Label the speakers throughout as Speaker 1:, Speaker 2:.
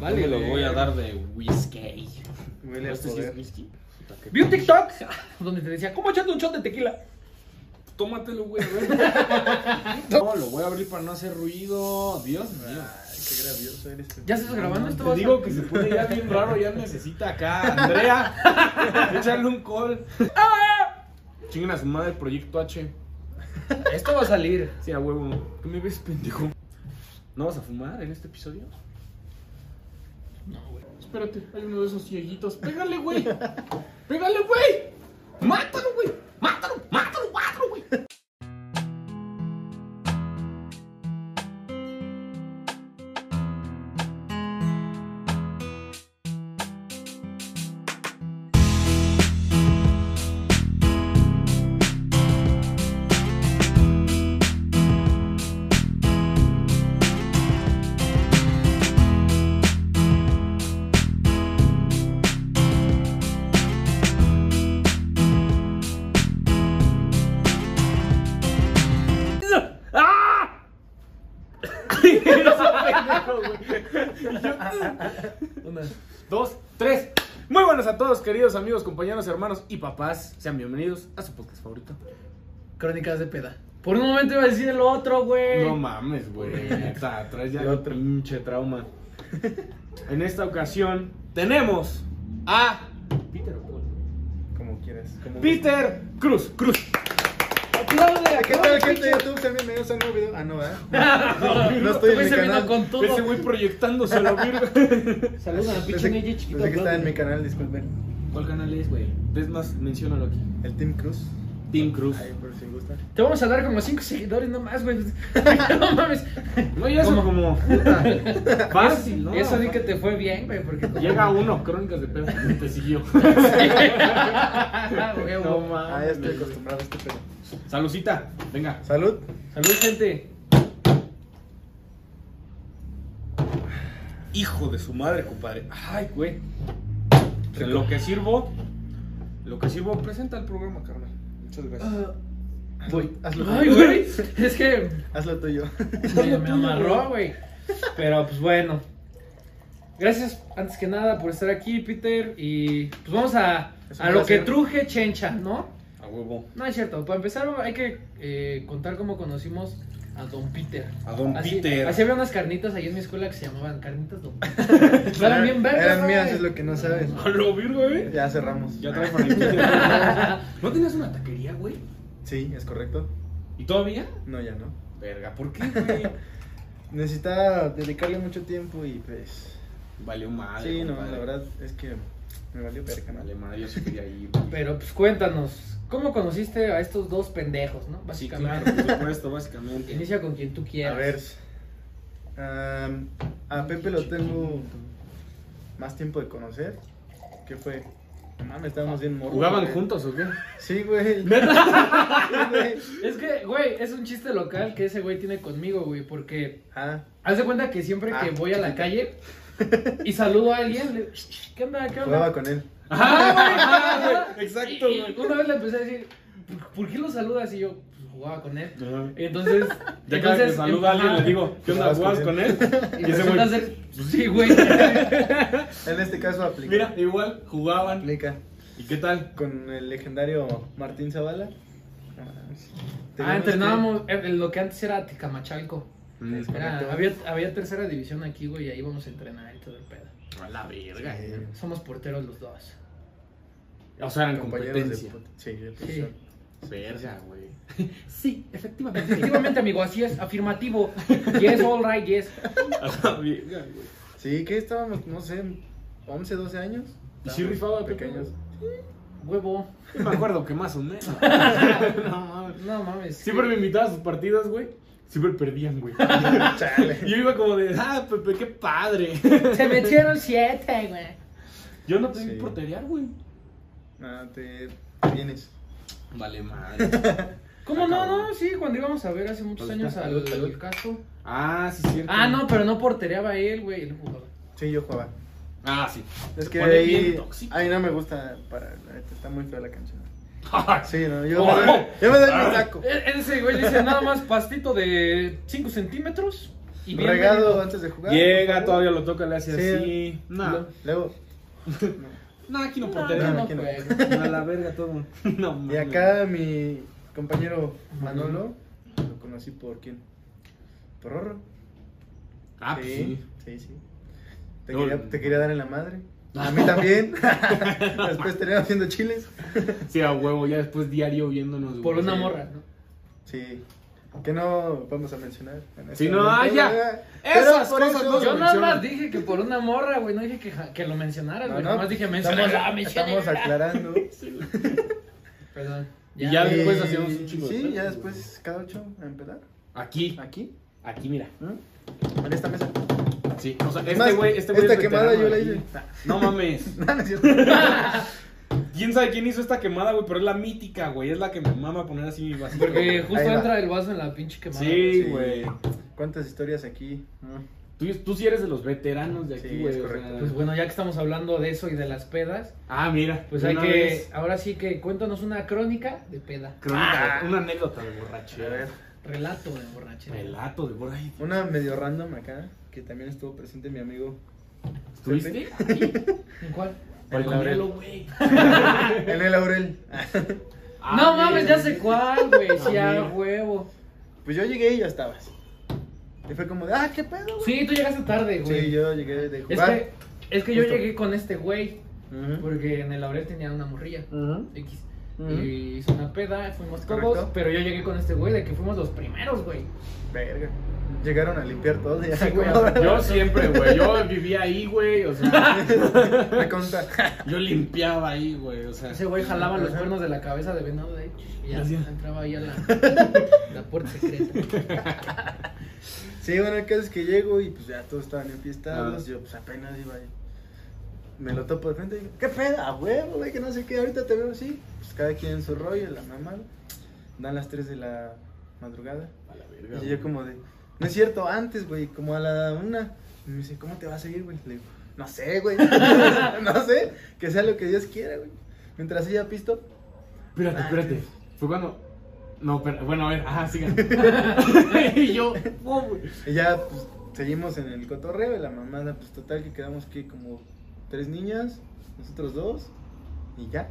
Speaker 1: Vale.
Speaker 2: Me lo voy a dar de whisky.
Speaker 1: Huele a
Speaker 2: Este sí es
Speaker 1: poder.
Speaker 2: whisky. Puta, qué
Speaker 1: Vi un TikTok donde te decía, ¿cómo echando un shot de tequila?
Speaker 2: Tómatelo, güey. a ver. No, lo voy a abrir para no hacer ruido. Dios mío.
Speaker 3: Ay, qué gracioso eres.
Speaker 1: ¿Ya estás grabando esto?
Speaker 2: Te
Speaker 1: vas a-
Speaker 2: digo que se pone ya bien raro, ya necesita acá. Andrea, échale un call. ¡Ah! Chingan a su madre Proyecto H.
Speaker 1: Esto va a salir.
Speaker 2: Sí, a huevo. ¿Qué me ves, pendejo? ¿No vas a fumar en este episodio?
Speaker 1: No, güey.
Speaker 2: Espérate, hay uno de esos cieguitos. Pégale, güey. Pégale, güey. Mátalo, güey. Mátalo, mátalo, mátalo, güey. ¡Ah!
Speaker 1: Una.
Speaker 2: Dos, tres. Muy buenas a todos, queridos amigos, compañeros, hermanos y papás. Sean bienvenidos a su podcast favorito.
Speaker 1: Crónicas de peda. Por un momento iba a decir el otro, güey.
Speaker 2: No mames, güey. Neta, Traes ya
Speaker 3: El
Speaker 2: el
Speaker 3: otro.
Speaker 2: pinche trauma. En esta ocasión tenemos a Peter Paul.
Speaker 3: Como quieras. Como
Speaker 2: Peter Cruz. Cruz.
Speaker 1: Aplaude.
Speaker 3: ¿Qué tal, gente de YouTube? Sean bienvenidos a un nuevo video. Ah, no, ¿verdad? No, no estoy en
Speaker 1: Güey,
Speaker 3: mi
Speaker 1: se vino
Speaker 3: canal.
Speaker 1: con todo.
Speaker 2: Ese güey proyectándose a la virga.
Speaker 1: Saluda a la pinche
Speaker 3: Pensé-
Speaker 1: Neji chiquito.
Speaker 3: pensé que estaba en mi
Speaker 1: aplaude.
Speaker 3: canal, disculpen.
Speaker 2: ¿Cuál canal es, güey? Es más, menciónalo aquí.
Speaker 3: El Team Cruz.
Speaker 2: Team Cruz.
Speaker 3: Ahí, por si gusta.
Speaker 1: Te vamos a dar como 5 seguidores nomás, güey. No mames.
Speaker 2: No, ya eso como. puta, Fácil, ¿no?
Speaker 1: Eso di que te fue bien, güey, porque.
Speaker 2: Llega uno, crónicas de pedo. Te siguió.
Speaker 1: Ah, güey, güey.
Speaker 3: Ah, ya estoy acostumbrado a este pedo.
Speaker 2: Salucita, venga.
Speaker 3: Salud.
Speaker 1: Salud, gente.
Speaker 2: Hijo de su madre, compadre. Ay, güey. En lo que sirvo, lo que sirvo, presenta el programa, carnal. Muchas gracias.
Speaker 1: Voy.
Speaker 3: hazlo.
Speaker 1: Ay, güey. Es que
Speaker 3: Hazlo tú y yo.
Speaker 1: me, me amarró, güey. Pero pues bueno. Gracias antes que nada por estar aquí, Peter. Y pues vamos a,
Speaker 3: Es un
Speaker 1: a lo que
Speaker 3: placer.
Speaker 1: truje Chencha, ¿no?
Speaker 2: A huevo.
Speaker 1: No es cierto. Para empezar, hay que eh, contar cómo conocimos a Don Peter.
Speaker 2: A don
Speaker 1: Así,
Speaker 2: Peter.
Speaker 1: así había unas carnitas ahí en mi escuela que se llamaban carnitas Don Peter. Eran bien verdes.
Speaker 3: Eran
Speaker 1: güey.
Speaker 3: mías, es lo que no sabes.
Speaker 2: A lo virgo, güey.
Speaker 3: Ya cerramos.
Speaker 2: Ya trae para el Peter. ¿No tenías una taquería, güey?
Speaker 3: Sí, es correcto.
Speaker 2: ¿Y todavía?
Speaker 3: No, ya no.
Speaker 2: Verga, ¿por qué, güey?
Speaker 3: Necesitaba dedicarle mucho tiempo y pues.
Speaker 2: Valió mal.
Speaker 3: sí, no, la verdad es que me valió verga, ¿no?
Speaker 2: Vale, madre, yo sí quería ir. güey.
Speaker 1: Pero pues cuéntanos, ¿cómo conociste a estos dos pendejos, no?
Speaker 2: Sí,
Speaker 1: Básicamente.
Speaker 2: claro, por supuesto, básicamente.
Speaker 1: Inicia con quien tú quieras.
Speaker 3: A ver. am, a Pepe lo tengo más tiempo de conocer. ¿Qué fue? No Mames, estábamos bien morros.
Speaker 2: ¿Jugaban
Speaker 3: güey.
Speaker 2: juntos o qué?
Speaker 3: Sí, güey. Sí, güey.
Speaker 1: Es que, güey, es un chiste local que ese güey tiene conmigo, güey, porque
Speaker 3: Ah,
Speaker 1: haz de cuenta que siempre que
Speaker 3: Ah,
Speaker 1: voy a la calle y saludo a alguien, le ¿qué onda, qué
Speaker 3: jugaba
Speaker 1: onda?
Speaker 3: con él.
Speaker 1: Ah, güey, ajá.
Speaker 2: exacto,
Speaker 1: Y- y
Speaker 2: güey.
Speaker 1: Una vez le empecé a decir, "¿Por- ¿por qué lo saludas? Y yo, pues jugaba con él.
Speaker 2: Ajá.
Speaker 1: Entonces,
Speaker 2: Ya cada que
Speaker 1: entonces,
Speaker 2: saluda a alguien
Speaker 1: ajá,
Speaker 2: le digo, ¿qué onda?
Speaker 3: ¿Juegas
Speaker 2: ¿Juegas
Speaker 3: con
Speaker 2: con él?
Speaker 1: Y
Speaker 2: Y ese
Speaker 1: resulta
Speaker 2: güey,
Speaker 1: ser, pues, sí, güey.
Speaker 3: En este caso aplica.
Speaker 2: mira, igual jugaban.
Speaker 3: Aplica.
Speaker 2: ¿Y qué tal?
Speaker 3: Con el legendario Martín Zavala. No mames. Teníamos
Speaker 1: Ah,
Speaker 3: que-
Speaker 1: entrenábamos en- en lo que antes era Tecamachalco.
Speaker 2: Mm,
Speaker 1: Era-
Speaker 3: Correcto.
Speaker 1: había, había tercera división aquí, güey, y ahí íbamos a entrenar y todo el pedo.
Speaker 2: A la verga. eh.
Speaker 1: Somos porteros los dos.
Speaker 2: O sea, eran
Speaker 3: compañeros de
Speaker 2: competencia.
Speaker 3: pot- Sí, de
Speaker 1: Sí.
Speaker 3: posición.
Speaker 2: Verga, güey.
Speaker 1: Sí, efectivamente. Efectivamente, amigo, así es, afirmativo. Yes, all right, yes.
Speaker 2: A la verga, güey.
Speaker 3: Sí, que estábamos, no sé, 11, 12 años.
Speaker 2: ¿Y sí rifaba, Pepe?
Speaker 3: pequeños.
Speaker 1: Huevo.
Speaker 2: Yo Me acuerdo que más o menos. No mames.
Speaker 1: No mames.
Speaker 2: Siempre me invitaba a sus partidas, güey. Siempre perdían, güey.
Speaker 3: Chale.
Speaker 2: Yo iba como de, ah, Pepe, qué padre.
Speaker 1: Se metieron siete, güey.
Speaker 2: Yo no te vi
Speaker 3: Sí.
Speaker 2: porterear, güey.
Speaker 3: No, Ah, te te vienes.
Speaker 2: Vale, madre.
Speaker 1: ¿Cómo no?
Speaker 2: Cabrón.
Speaker 1: No, sí, cuando íbamos a ver hace muchos
Speaker 2: Pues,
Speaker 1: años al,
Speaker 2: salud, salud.
Speaker 1: al caso.
Speaker 2: Ah, sí, es cierto.
Speaker 1: Ah, no, pero no portereaba él, güey. Él jugaba.
Speaker 3: Sí, yo jugaba.
Speaker 2: Ah, sí.
Speaker 3: Es que
Speaker 2: Pone bien
Speaker 3: ahí,
Speaker 2: tóxico.
Speaker 3: ahí no me gusta para la neta, está muy fea la canción.
Speaker 2: Ay,
Speaker 3: Sí, no, yo,
Speaker 2: Oh. Eh,
Speaker 3: me, doy- yo me doy mi saco.
Speaker 1: E- Ese güey le dice nada más pastito de 5 centímetros. Y bien
Speaker 3: regado
Speaker 1: venido.
Speaker 3: antes de jugar.
Speaker 2: Llega,
Speaker 3: por favor.
Speaker 2: todavía lo toca, le hace
Speaker 3: Sí.
Speaker 2: así. No,
Speaker 3: Luego,
Speaker 2: no, aquí no
Speaker 1: No,
Speaker 2: portero.
Speaker 1: yo no
Speaker 3: aquí no.
Speaker 1: juego.
Speaker 2: A la verga todo. No,
Speaker 3: y
Speaker 2: mames.
Speaker 3: acá mi compañero Manolo, lo conocí por quién? Por Rorro.
Speaker 2: Ah, pues sí.
Speaker 3: Sí, sí. Te,
Speaker 2: No,
Speaker 3: quería,
Speaker 2: no.
Speaker 3: te quería dar en la madre. A mí también. Después terminamos haciendo chiles.
Speaker 2: Sí, a huevo, ya después diario viéndonos. güey.
Speaker 1: Por una
Speaker 3: Sí.
Speaker 1: morra, ¿no?
Speaker 3: Sí. Que no vamos a mencionar. en este
Speaker 2: Sí, no,
Speaker 3: momento,
Speaker 2: ah, ya.
Speaker 3: ¿verdad?
Speaker 2: Esas
Speaker 3: Pero por
Speaker 2: cosas
Speaker 3: eso-
Speaker 2: no se
Speaker 1: Yo nada
Speaker 2: menciona.
Speaker 1: más dije que por una morra, güey. No dije que, ja- que lo mencionaras,
Speaker 3: No,
Speaker 1: güey.
Speaker 3: no,
Speaker 1: Nada más dije
Speaker 2: Ah,
Speaker 1: mencionar.
Speaker 3: Estamos, estamos aclarando.
Speaker 1: Perdón.
Speaker 2: Y ya-
Speaker 3: Eh,
Speaker 2: después hacíamos un chingo de
Speaker 3: Sí,
Speaker 2: planes,
Speaker 3: ya
Speaker 2: güey.
Speaker 3: después cada ocho a empezar.
Speaker 2: Aquí,
Speaker 3: Aquí,
Speaker 2: aquí, mira.
Speaker 3: ¿no? en esta mesa.
Speaker 2: Sí, o sea, este
Speaker 3: Más,
Speaker 2: güey, este güey.
Speaker 3: esta
Speaker 2: es veterano
Speaker 3: quemada yo la
Speaker 2: aquí.
Speaker 3: hice.
Speaker 2: No mames.
Speaker 3: No, no es cierto.
Speaker 2: ¿Quién sabe quién hizo esta quemada, güey? Pero es la mítica, güey. Es la que me mama poner así mi vasito.
Speaker 1: Porque
Speaker 3: Ahí
Speaker 1: justo
Speaker 3: va.
Speaker 1: entra el vaso en la pinche quemada.
Speaker 2: Sí,
Speaker 3: Sí.
Speaker 2: güey.
Speaker 3: ¿Cuántas historias aquí?
Speaker 2: Mm. Tú, tú sí eres de los veteranos de aquí,
Speaker 3: Sí,
Speaker 2: güey.
Speaker 3: es
Speaker 2: o
Speaker 3: correcto.
Speaker 2: sea.
Speaker 1: Pues bueno, ya que estamos hablando de eso y de las pedas,
Speaker 2: ah, mira.
Speaker 1: pues
Speaker 2: de
Speaker 1: hay
Speaker 2: una
Speaker 1: que.
Speaker 2: vez.
Speaker 1: Ahora sí que cuéntanos una crónica de peda.
Speaker 2: Crónica,
Speaker 3: Ah.
Speaker 2: una anécdota de
Speaker 3: A
Speaker 2: borrachera.
Speaker 3: ver,
Speaker 1: Relato de borrachera.
Speaker 2: Relato de borrachera.
Speaker 3: una medio random acá, que también estuvo presente mi amigo.
Speaker 2: ¿Estuviste? Ahí.
Speaker 1: ¿En cuál?
Speaker 2: Balconealo, güey.
Speaker 3: En el Laurel.
Speaker 2: Ah,
Speaker 1: no
Speaker 2: mira.
Speaker 1: mames, ya sé cuál, güey. Sí,
Speaker 2: Ah,
Speaker 1: a
Speaker 2: mira.
Speaker 1: huevo.
Speaker 3: Pues yo llegué y ya estabas. Y fue como de, ah, qué pedo, güey.
Speaker 1: Sí, tú llegaste tarde, güey.
Speaker 3: Sí, yo llegué de
Speaker 1: es,
Speaker 3: jugar.
Speaker 1: que, es que yo
Speaker 3: Justo.
Speaker 1: llegué con este güey,
Speaker 3: Ujú.
Speaker 1: porque en el laurel tenía una morrilla.
Speaker 3: Ujú.
Speaker 1: X.
Speaker 3: Ujú.
Speaker 1: Y hizo una peda, fuimos todos,
Speaker 3: Correcto.
Speaker 1: pero yo llegué con este güey de que fuimos los primeros, güey.
Speaker 3: Verga. Llegaron a limpiar todo. Ya,
Speaker 1: Sí, güey.
Speaker 2: Yo siempre, güey. Yo vivía ahí, güey. O sea,
Speaker 3: Me consta.
Speaker 2: yo limpiaba ahí, güey. O sea,
Speaker 1: Ese güey jalaba los
Speaker 3: Ajá.
Speaker 1: cuernos de la cabeza de venado de ahí, y ya
Speaker 2: Así.
Speaker 1: entraba ahí a la, la puerta secreta.
Speaker 3: Sí, bueno, el caso es que llego y pues ya todos estaban enfiestados. Yo pues apenas iba ahí. Me lo topo de frente y digo, ¿qué pedo? A huevo, güey, que no sé qué. Ahorita te veo así. Pues cada quien en su rollo, la mamá. Dan las 3 de la madrugada.
Speaker 2: A la verga,
Speaker 3: Y
Speaker 2: güey.
Speaker 3: yo como de, no es cierto, antes, güey, como a la una. Y me dice, ¿cómo te vas a ir, güey? Le digo, no sé, güey. no sé, que sea lo que Dios quiera, güey. Mientras ella pisto,
Speaker 2: Espérate, espérate. Fue cuando. No, pero, bueno, a ver, ajá, sigan. y yo, oh, güey.
Speaker 3: y ya pues, seguimos en el cotorreo y la mamada, pues total que quedamos que como tres niñas, nosotros dos, y ya.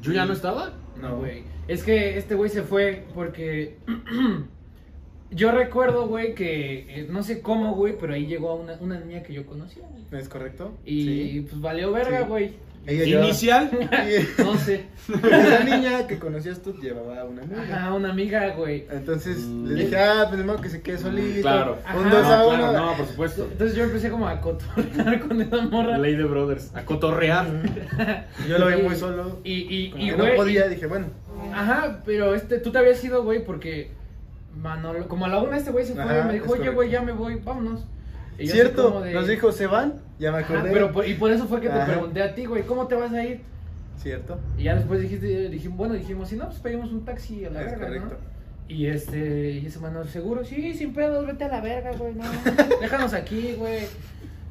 Speaker 2: ¿Yo ya no estaba?
Speaker 1: No, güey. Es que este güey se fue porque yo recuerdo, güey, que eh, no sé cómo, güey, pero ahí llegó una, una niña que yo conocía. güey.
Speaker 3: ¿No es correcto?
Speaker 1: Y pues valió verga,
Speaker 3: Sí.
Speaker 1: güey.
Speaker 3: Ella llevaba-
Speaker 2: Inicial.
Speaker 3: Y-
Speaker 1: No sé.
Speaker 3: y la niña que conocías tú llevaba a una amiga.
Speaker 1: Ajá, una amiga, güey.
Speaker 3: Entonces
Speaker 2: Mm.
Speaker 3: le dije, ah, pues ni modo que se quede solito.
Speaker 2: Claro.
Speaker 3: Un
Speaker 1: Mm, Ajá.
Speaker 3: dos a
Speaker 2: no,
Speaker 3: uno.
Speaker 2: claro, no, por supuesto.
Speaker 1: Entonces yo empecé como a cotorrear con esa morra.
Speaker 2: Lady Brothers. A cotorrear.
Speaker 3: Yo lo vi muy solo.
Speaker 1: Y, y,
Speaker 3: Como
Speaker 1: y,
Speaker 3: que
Speaker 1: güey.
Speaker 3: no podía, dije, bueno.
Speaker 1: Ajá, pero este, tú te habías ido, güey, porque Manolo, como a la una este güey se fue
Speaker 3: Ajá,
Speaker 1: y me dijo,
Speaker 3: es
Speaker 1: oye,
Speaker 3: correcto.
Speaker 1: güey, ya me voy, vámonos. Y yo así
Speaker 3: Cierto,
Speaker 1: como de-
Speaker 3: nos dijo, se van, ya me
Speaker 1: Ajá,
Speaker 3: acordé.
Speaker 1: pero por- y por eso fue que te
Speaker 3: Ajá.
Speaker 1: pregunté a ti, güey, ¿cómo te vas a ir?
Speaker 3: Cierto,
Speaker 1: Y ya después dijiste, dijimos, bueno, dijimos, si no, pues pedimos un taxi a la
Speaker 3: es
Speaker 1: verga,
Speaker 3: correcto.
Speaker 1: ¿no? Y este, y ese Manolo, seguro, sí, sin pedos, vete a la verga, güey, no, déjanos aquí, güey.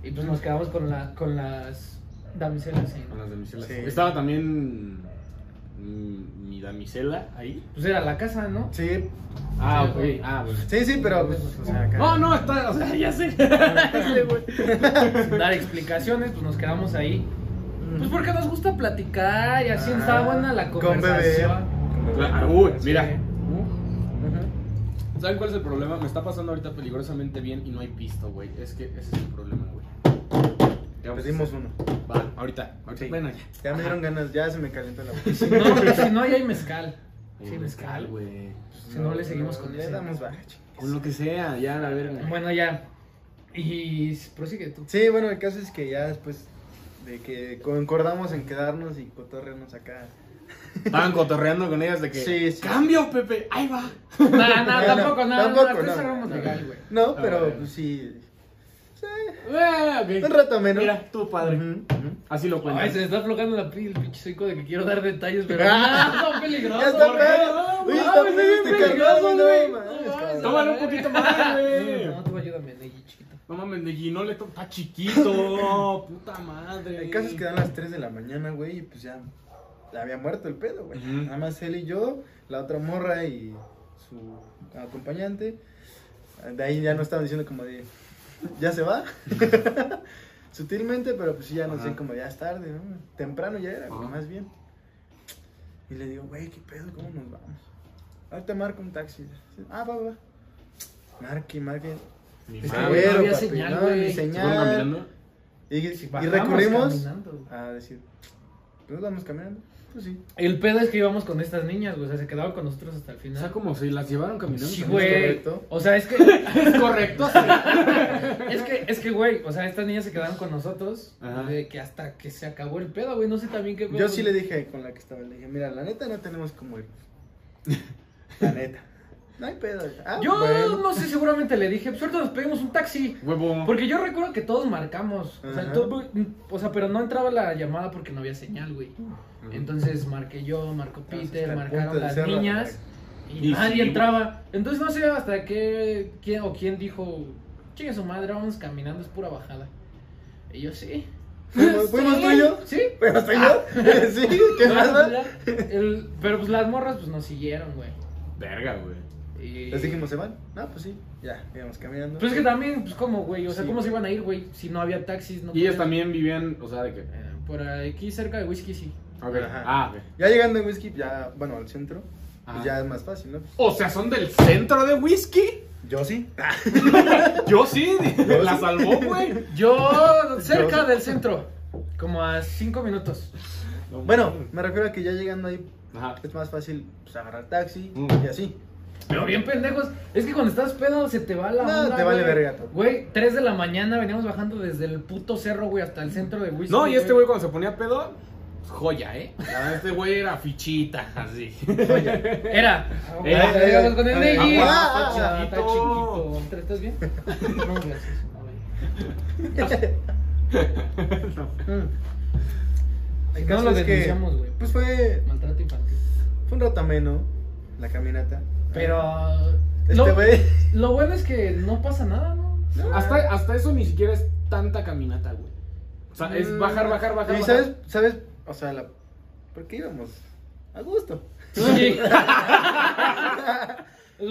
Speaker 1: Y pues nos quedamos con, la, con las damiselas ahí,
Speaker 2: Con
Speaker 1: ¿no?
Speaker 2: las damiselas.
Speaker 3: Sí.
Speaker 2: Estaba también. mm, Mi damisela ahí.
Speaker 1: Pues era la casa, ¿no?
Speaker 3: Sí,
Speaker 2: Ah,
Speaker 1: Sí,
Speaker 2: ok.
Speaker 1: güey.
Speaker 2: Ah, bueno.
Speaker 3: sí, sí, pero pues, o sea, acá.
Speaker 2: No, no, está. O sea, ya sé. Este güey.
Speaker 1: Sin dar explicaciones, pues nos quedamos ahí. Pues
Speaker 3: Ujú.
Speaker 1: porque nos gusta platicar y así
Speaker 3: Ajá.
Speaker 1: estaba buena la
Speaker 3: Con
Speaker 1: conversación.
Speaker 3: bebé.
Speaker 2: Claro, Uy,
Speaker 1: Sí.
Speaker 2: mira.
Speaker 1: Uh.
Speaker 3: Ujú.
Speaker 2: ¿Saben cuál es el problema? Me está pasando ahorita peligrosamente bien y no hay pisto, güey. Es que ese es el problema, güey. Ya vamos a
Speaker 3: Pedimos
Speaker 2: hacer.
Speaker 3: uno.
Speaker 2: Va, ahorita. ahorita.
Speaker 3: Sí.
Speaker 2: Bueno, ya.
Speaker 3: Ya me dieron ganas, ya se me calentó la boca.
Speaker 1: Si no, si no, ahí hay mezcal. Sí,
Speaker 2: El
Speaker 1: mezcal,
Speaker 2: mezcal,
Speaker 1: güey.
Speaker 2: güey.
Speaker 1: Si no, le seguimos con
Speaker 3: Le
Speaker 1: ese.
Speaker 3: damos baja, ching.
Speaker 2: Con lo que sea, ya, la verga.
Speaker 1: Bueno, ya. Y s- prosigue tú.
Speaker 3: Sí, bueno, el caso es que ya después de que concordamos en quedarnos y cotorrearnos acá.
Speaker 2: Estaban cotorreando con ellas de que.
Speaker 3: Sí, sí.
Speaker 2: ¡Cambio, Pepe! ¡Ahí va!
Speaker 1: No, no,
Speaker 3: No,
Speaker 1: tampoco, no, no,
Speaker 3: tampoco,
Speaker 1: no,
Speaker 3: no,
Speaker 1: cerramos
Speaker 3: no,
Speaker 1: legal,
Speaker 3: no.
Speaker 1: güey.
Speaker 3: No,
Speaker 2: Ah,
Speaker 3: pero
Speaker 2: bueno.
Speaker 3: pues, sí.
Speaker 2: Eh, ok.
Speaker 3: Un rato menos.
Speaker 2: Mira, tu padre.
Speaker 3: Ujú, ujú.
Speaker 2: Así lo cuentas.
Speaker 1: Ay, se me está aflojando la piel, el pinche soico de que quiero dar detalles, pero
Speaker 3: Ah.
Speaker 1: no, no, peligroso.
Speaker 3: Ya está,
Speaker 1: ¿por qué?
Speaker 3: claro. Oye, está
Speaker 1: No, mames,
Speaker 3: bien
Speaker 1: es
Speaker 3: este
Speaker 1: peligroso,
Speaker 3: cabrón, no
Speaker 1: güey.
Speaker 3: mames,
Speaker 1: No mames,
Speaker 3: cabrón.
Speaker 2: Tómale un poquito más, güey.
Speaker 1: No, tú ayúdame, Neji, chiquito.
Speaker 2: No mames, de no le toca chiquito. Puta madre.
Speaker 3: El caso es que eran las 3 de la mañana, güey, y pues ya le había muerto el pedo, güey.
Speaker 2: Ujú.
Speaker 3: Nada más él y yo, la otra morra y su acompañante. De ahí ya no estaban diciendo como de, ¿ya se va? Sutilmente, pero pues sí, ya no sé,
Speaker 2: Ajá.
Speaker 3: como ya es tarde, ¿no? Temprano ya era, güey,
Speaker 2: Ajá.
Speaker 3: más bien. Y le digo, güey, ¿qué pedo? ¿Cómo nos vamos? Ahorita marco un taxi. Dice, Ah, va, va, va. Marque, marque.
Speaker 2: Mi
Speaker 3: este
Speaker 1: Es que,
Speaker 2: madre.
Speaker 1: güey, no había
Speaker 3: papi,
Speaker 1: señal,
Speaker 3: no,
Speaker 1: güey.
Speaker 3: ni
Speaker 2: Ah,
Speaker 1: ¿Se
Speaker 2: ¿Se
Speaker 3: señal.
Speaker 2: fueron caminando?
Speaker 3: Y,
Speaker 1: Si
Speaker 3: y
Speaker 1: bajamos
Speaker 3: recurrimos
Speaker 1: caminando.
Speaker 3: a decir, ¿nos vamos caminando? Pues sí.
Speaker 1: El pedo es que íbamos con estas niñas, güey. O sea, se quedaban con nosotros hasta el
Speaker 2: O sea,
Speaker 1: final.
Speaker 2: como si las llevaron caminando.
Speaker 1: Sí,
Speaker 2: también.
Speaker 1: güey.
Speaker 3: correcto.
Speaker 1: O sea, es que.
Speaker 2: Es correcto.
Speaker 1: Es que, es que, güey, o sea, estas niñas se quedaron con nosotros
Speaker 2: Ajá.
Speaker 1: de que hasta que se acabó el pedo, güey. No sé también qué pedo.
Speaker 3: Yo sí le dije con la que estaba, le dije, mira, la neta no tenemos cómo ir. La neta. No hay pedo. Ah,
Speaker 1: Yo
Speaker 3: bueno.
Speaker 1: no sé, seguramente le dije, pues ahorita nos pedimos un taxi.
Speaker 2: Huevo.
Speaker 1: Porque yo recuerdo que todos marcamos. O sea,
Speaker 3: Ajá.
Speaker 1: todo- o sea, pero no entraba la llamada porque no había señal, güey. Entonces marqué yo, marcó
Speaker 3: Entonces,
Speaker 1: Peter,
Speaker 3: está a punto
Speaker 1: marcaron
Speaker 3: de
Speaker 1: las
Speaker 3: ser la-
Speaker 1: niñas y,
Speaker 2: Y sí,
Speaker 1: nadie
Speaker 2: güey.
Speaker 1: entraba. Entonces no sé hasta qué quién o quién dijo, chinga su madre, vamos caminando, es pura bajada. Y yo sí.
Speaker 3: ¿Fuimos, fuimos tú y yo?
Speaker 1: Sí.
Speaker 3: ¿Fuimos tú y yo? sí, ¿qué
Speaker 1: No,
Speaker 3: más? da?
Speaker 1: pues, ya, el- pero pues las morras pues nos siguieron, güey.
Speaker 2: Verga, güey.
Speaker 1: Y-
Speaker 3: Les dijimos, ¿se van? No, pues sí. Ya, íbamos caminando.
Speaker 1: Pues es que también, pues como, güey, o sea,
Speaker 3: Sí,
Speaker 1: ¿cómo se
Speaker 3: güey.
Speaker 1: iban a ir, güey? Si no había taxis, no.
Speaker 2: Y ellas
Speaker 1: podían-
Speaker 2: también vivían, o sea, de que.
Speaker 1: Eh, por aquí cerca de Whisky, sí.
Speaker 2: Ok.
Speaker 3: Ajá.
Speaker 2: Ah, ok.
Speaker 3: Ya llegando en Whiskey, ya, bueno, al centro,
Speaker 2: Ah.
Speaker 3: pues ya es más fácil, ¿no?
Speaker 2: O sea, son del centro de whisky.
Speaker 3: Yo sí.
Speaker 2: Yo sí, la salvó, güey.
Speaker 1: Yo cerca
Speaker 3: Yo-
Speaker 1: del centro, como a cinco minutos.
Speaker 3: Bueno, me refiero a que ya llegando ahí
Speaker 2: Ajá.
Speaker 3: es más fácil pues, agarrar taxi
Speaker 2: Mm.
Speaker 3: y así.
Speaker 1: Pero bien pendejos, es que cuando estás pedo se te va la
Speaker 3: No,
Speaker 1: onda,
Speaker 3: te vale
Speaker 1: güey.
Speaker 3: verga todo.
Speaker 1: Güey, 3 de la mañana veníamos bajando desde el puto cerro, güey, hasta el centro de Whisky.
Speaker 2: No, y este güey cuando se ponía pedo, joya, ¿eh? La verdad, Este güey era fichita, así.
Speaker 1: Era.
Speaker 2: Era.
Speaker 1: Ah, llegamos con el
Speaker 3: Era.
Speaker 1: Neji.
Speaker 3: Ah,
Speaker 1: Ah, está
Speaker 2: chiquito.
Speaker 1: chiquito. ¿Estás bien? No, gracias.
Speaker 3: Mm. El
Speaker 1: No
Speaker 3: caso
Speaker 1: lo
Speaker 3: es que,
Speaker 1: denunciamos, güey.
Speaker 3: Pues fue,
Speaker 1: Maltrato infantil.
Speaker 3: fue un ratameno la caminata.
Speaker 1: Pero.
Speaker 3: Este
Speaker 1: Lo,
Speaker 3: güey.
Speaker 1: lo bueno es que no pasa nada, ¿no?
Speaker 2: Hasta, hasta eso ni siquiera es tanta caminata, güey. O sea,
Speaker 3: Mm.
Speaker 2: es bajar, bajar, bajar.
Speaker 3: ¿Y
Speaker 2: bajar.
Speaker 3: sabes, sabes, o sea, la... ¿por qué íbamos? A gusto.
Speaker 1: Sí.
Speaker 3: Hacemos-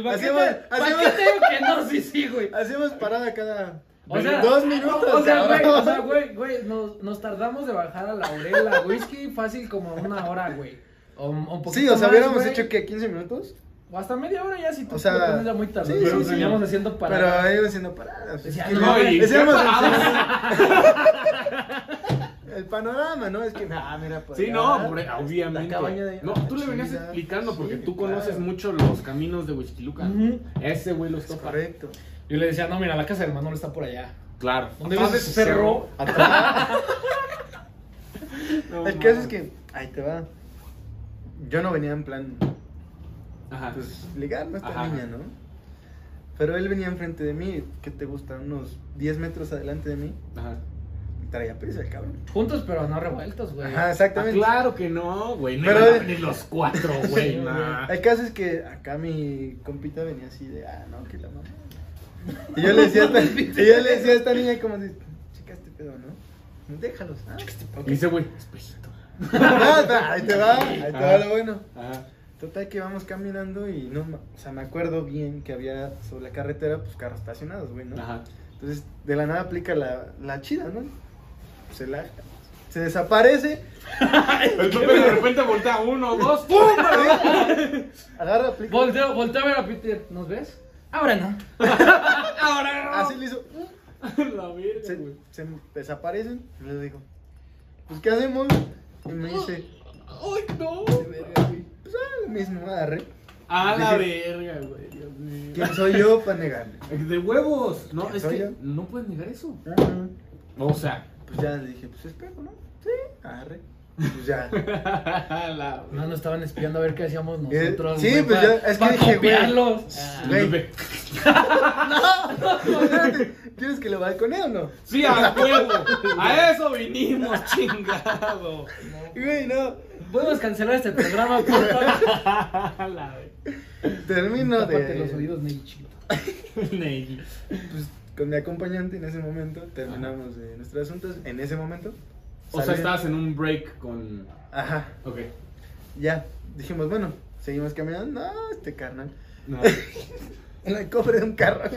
Speaker 1: Paquete,
Speaker 3: hacemos-
Speaker 1: paquete que no, sí, sí, güey.
Speaker 3: Hacíamos parada cada
Speaker 1: O sea,
Speaker 3: dos minutos.
Speaker 1: O sea, güey,
Speaker 3: cabrón.
Speaker 1: o sea, güey, güey, nos, nos tardamos de bajar a Laurel a Whisky fácil como una hora, güey. O, o un poquito
Speaker 3: Sí, o sea,
Speaker 1: más,
Speaker 3: hubiéramos
Speaker 1: güey.
Speaker 3: hecho que 15 minutos.
Speaker 1: O hasta media hora ya, si tú
Speaker 3: O sea,
Speaker 1: te pones ya muy tarde.
Speaker 3: sí,
Speaker 1: pero
Speaker 2: sí,
Speaker 1: sí,
Speaker 2: sí.
Speaker 1: haciendo
Speaker 3: Pero
Speaker 1: parada.
Speaker 3: ahí iba haciendo paradas.
Speaker 1: Decía,
Speaker 3: Es que
Speaker 1: no, y-
Speaker 3: decíamos-
Speaker 2: ¿qué
Speaker 3: el panorama, ¿no? Es que, nah, mira, pues, por
Speaker 2: Sí,
Speaker 3: allá,
Speaker 2: no, hombre,
Speaker 3: esta
Speaker 2: obviamente.
Speaker 3: cabaña de-
Speaker 2: No,
Speaker 3: ah,
Speaker 2: tú le venías
Speaker 3: chida.
Speaker 2: explicando porque
Speaker 3: Sí,
Speaker 2: tú conoces
Speaker 3: claro.
Speaker 2: mucho los caminos de Huixquiluca.
Speaker 1: Ujú.
Speaker 2: Ese güey los
Speaker 3: Es
Speaker 2: topa.
Speaker 3: correcto.
Speaker 1: Yo le decía, no, mira, la casa de Manuel está por allá.
Speaker 2: Claro.
Speaker 1: ¿Dónde
Speaker 2: Atrás
Speaker 1: ves
Speaker 2: de
Speaker 1: ese
Speaker 2: su
Speaker 1: cerro?
Speaker 2: No,
Speaker 3: el caso es
Speaker 2: mames.
Speaker 3: que, ahí te va. Yo no venía en plan,
Speaker 2: Ajá.
Speaker 3: pues, ligar a esta
Speaker 2: Ajá.
Speaker 3: niña, ¿no? Pero él venía enfrente de mí, que te gusta, unos 10 metros adelante de mí.
Speaker 2: Ajá.
Speaker 3: y Traía prisa el cabrón.
Speaker 1: Juntos, pero no revueltos, güey.
Speaker 3: Ajá,
Speaker 2: Ah,
Speaker 3: exactamente.
Speaker 2: claro que no, güey. No
Speaker 3: Pero-
Speaker 2: iban a venir los cuatro, güey.
Speaker 1: Sí,
Speaker 2: nah.
Speaker 3: El caso es que acá mi compita venía así de, ah, no, que la mamá. Y yo le decía a esta, y yo le decía a esta niña como de, chica, este pedo, ¿no? Déjalos. Ah, ok.
Speaker 2: Y ese güey, espejito.
Speaker 3: Ah, ta- ahí te va, ahí te va
Speaker 2: Ajá.
Speaker 3: lo bueno.
Speaker 2: Ajá.
Speaker 3: Total que vamos caminando y no, ma- o sea, me acuerdo bien que había sobre la carretera, pues, carros estacionados, güey, ¿no?
Speaker 2: Ajá.
Speaker 3: Entonces, de la nada aplica la, la chida, ¿no? Se la, se desaparece,
Speaker 2: El tope de repente voltea uno, dos, ¡pum!
Speaker 3: agarra, aplica,
Speaker 1: Volteo, volteo a ver a Peter. ¿Nos ves? Ahora no.
Speaker 2: Ahora no.
Speaker 3: así le hizo,
Speaker 2: La verga,
Speaker 3: se,
Speaker 2: güey.
Speaker 3: se desaparecen. Y le digo, pues, ¿qué hacemos? Y me dice,
Speaker 2: ¡Ay, no!
Speaker 3: pues, ah, lo mismo, agarré.
Speaker 2: A la
Speaker 3: Dije-
Speaker 2: verga, güey. Dios mío.
Speaker 3: ¿Quién soy yo para negarle?
Speaker 2: De huevos. No,
Speaker 3: ¿Quién
Speaker 2: es
Speaker 3: soy
Speaker 2: que
Speaker 3: yo?
Speaker 2: no puedes negar eso.
Speaker 3: Ah,
Speaker 2: O sea.
Speaker 3: Pues ya le dije, pues, espejo, ¿no? Sí, agarré. Pues ya.
Speaker 2: la...
Speaker 1: No, nos estaban espiando a ver qué hacíamos
Speaker 3: Eh,
Speaker 1: nosotros.
Speaker 3: sí,
Speaker 1: güey,
Speaker 3: pues
Speaker 1: para-
Speaker 3: yo- es que
Speaker 1: para
Speaker 3: dije, güey.
Speaker 1: copiarlos. Ah.
Speaker 3: Güey.
Speaker 2: Ve.
Speaker 3: Espérate, ¿Quieres que lo balconee o no?
Speaker 2: Sí, a huevo. A eso vinimos, chingado.
Speaker 3: Y, Güey, no.
Speaker 1: Podemos cancelar este programa, por favor.
Speaker 2: A la
Speaker 3: Termino
Speaker 1: Tápate
Speaker 3: de.
Speaker 1: los oídos, Ney, chiquito.
Speaker 2: verga.
Speaker 3: Pues, con mi acompañante en ese momento. Terminamos de nuestros asuntos en ese momento.
Speaker 2: O sea,
Speaker 3: Salí-
Speaker 2: estabas en un break con.
Speaker 3: Ajá.
Speaker 2: Ok.
Speaker 3: Ya. Dijimos, bueno, seguimos caminando. No, este carnal.
Speaker 2: No.
Speaker 3: en el cofre de un carro.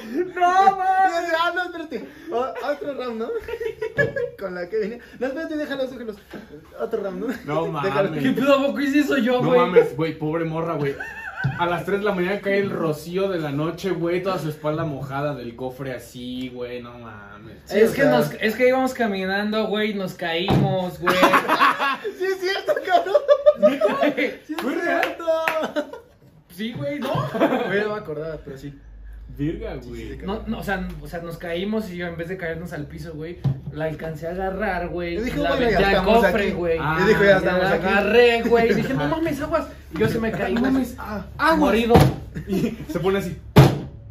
Speaker 3: Yo dije,
Speaker 1: ¡No, mames!
Speaker 3: ah, no, espérate. O- otro round, ¿no? Con la que venía. No, espérate, déjalo, déjalo. Otro round, ¿no?
Speaker 2: No
Speaker 3: Déjalo.
Speaker 2: mames.
Speaker 1: ¿Qué pedo, poco hice eso yo,
Speaker 2: No
Speaker 1: güey?
Speaker 2: mames, güey, pobre morra, güey. A las 3 de la mañana cae el rocío de la noche, güey, toda su espalda mojada del cofre así, güey, no mames.
Speaker 3: Sí,
Speaker 1: es,
Speaker 3: o
Speaker 1: que
Speaker 3: sea.
Speaker 1: nos, es que íbamos caminando, güey, nos caímos, güey.
Speaker 3: Sí, es cierto, cabrón. Sí,
Speaker 2: ¿Fue
Speaker 3: es
Speaker 2: real?
Speaker 3: cierto.
Speaker 1: sí, güey, no.
Speaker 3: Güey, no me acordaba, pero sí.
Speaker 2: Virga,
Speaker 3: sí,
Speaker 2: güey.
Speaker 3: sí.
Speaker 1: No, no, o, sea, o sea, nos caímos y yo en vez de caernos al piso, güey, la alcancé a agarrar, güey.
Speaker 3: Yo dije,
Speaker 1: la
Speaker 3: bueno, ya
Speaker 1: aventé al
Speaker 3: estamos
Speaker 1: cofre,
Speaker 3: aquí.
Speaker 1: güey.
Speaker 2: Ah,
Speaker 3: Yo dijo,
Speaker 1: Y
Speaker 3: ya
Speaker 1: la
Speaker 3: estamos aquí.
Speaker 1: agarré, güey. y Dije, no mames, aguas. Y yo se me caí,
Speaker 2: No
Speaker 1: güey.
Speaker 2: mames,
Speaker 3: Ah,
Speaker 1: Ah, morido.
Speaker 2: Y se pone así.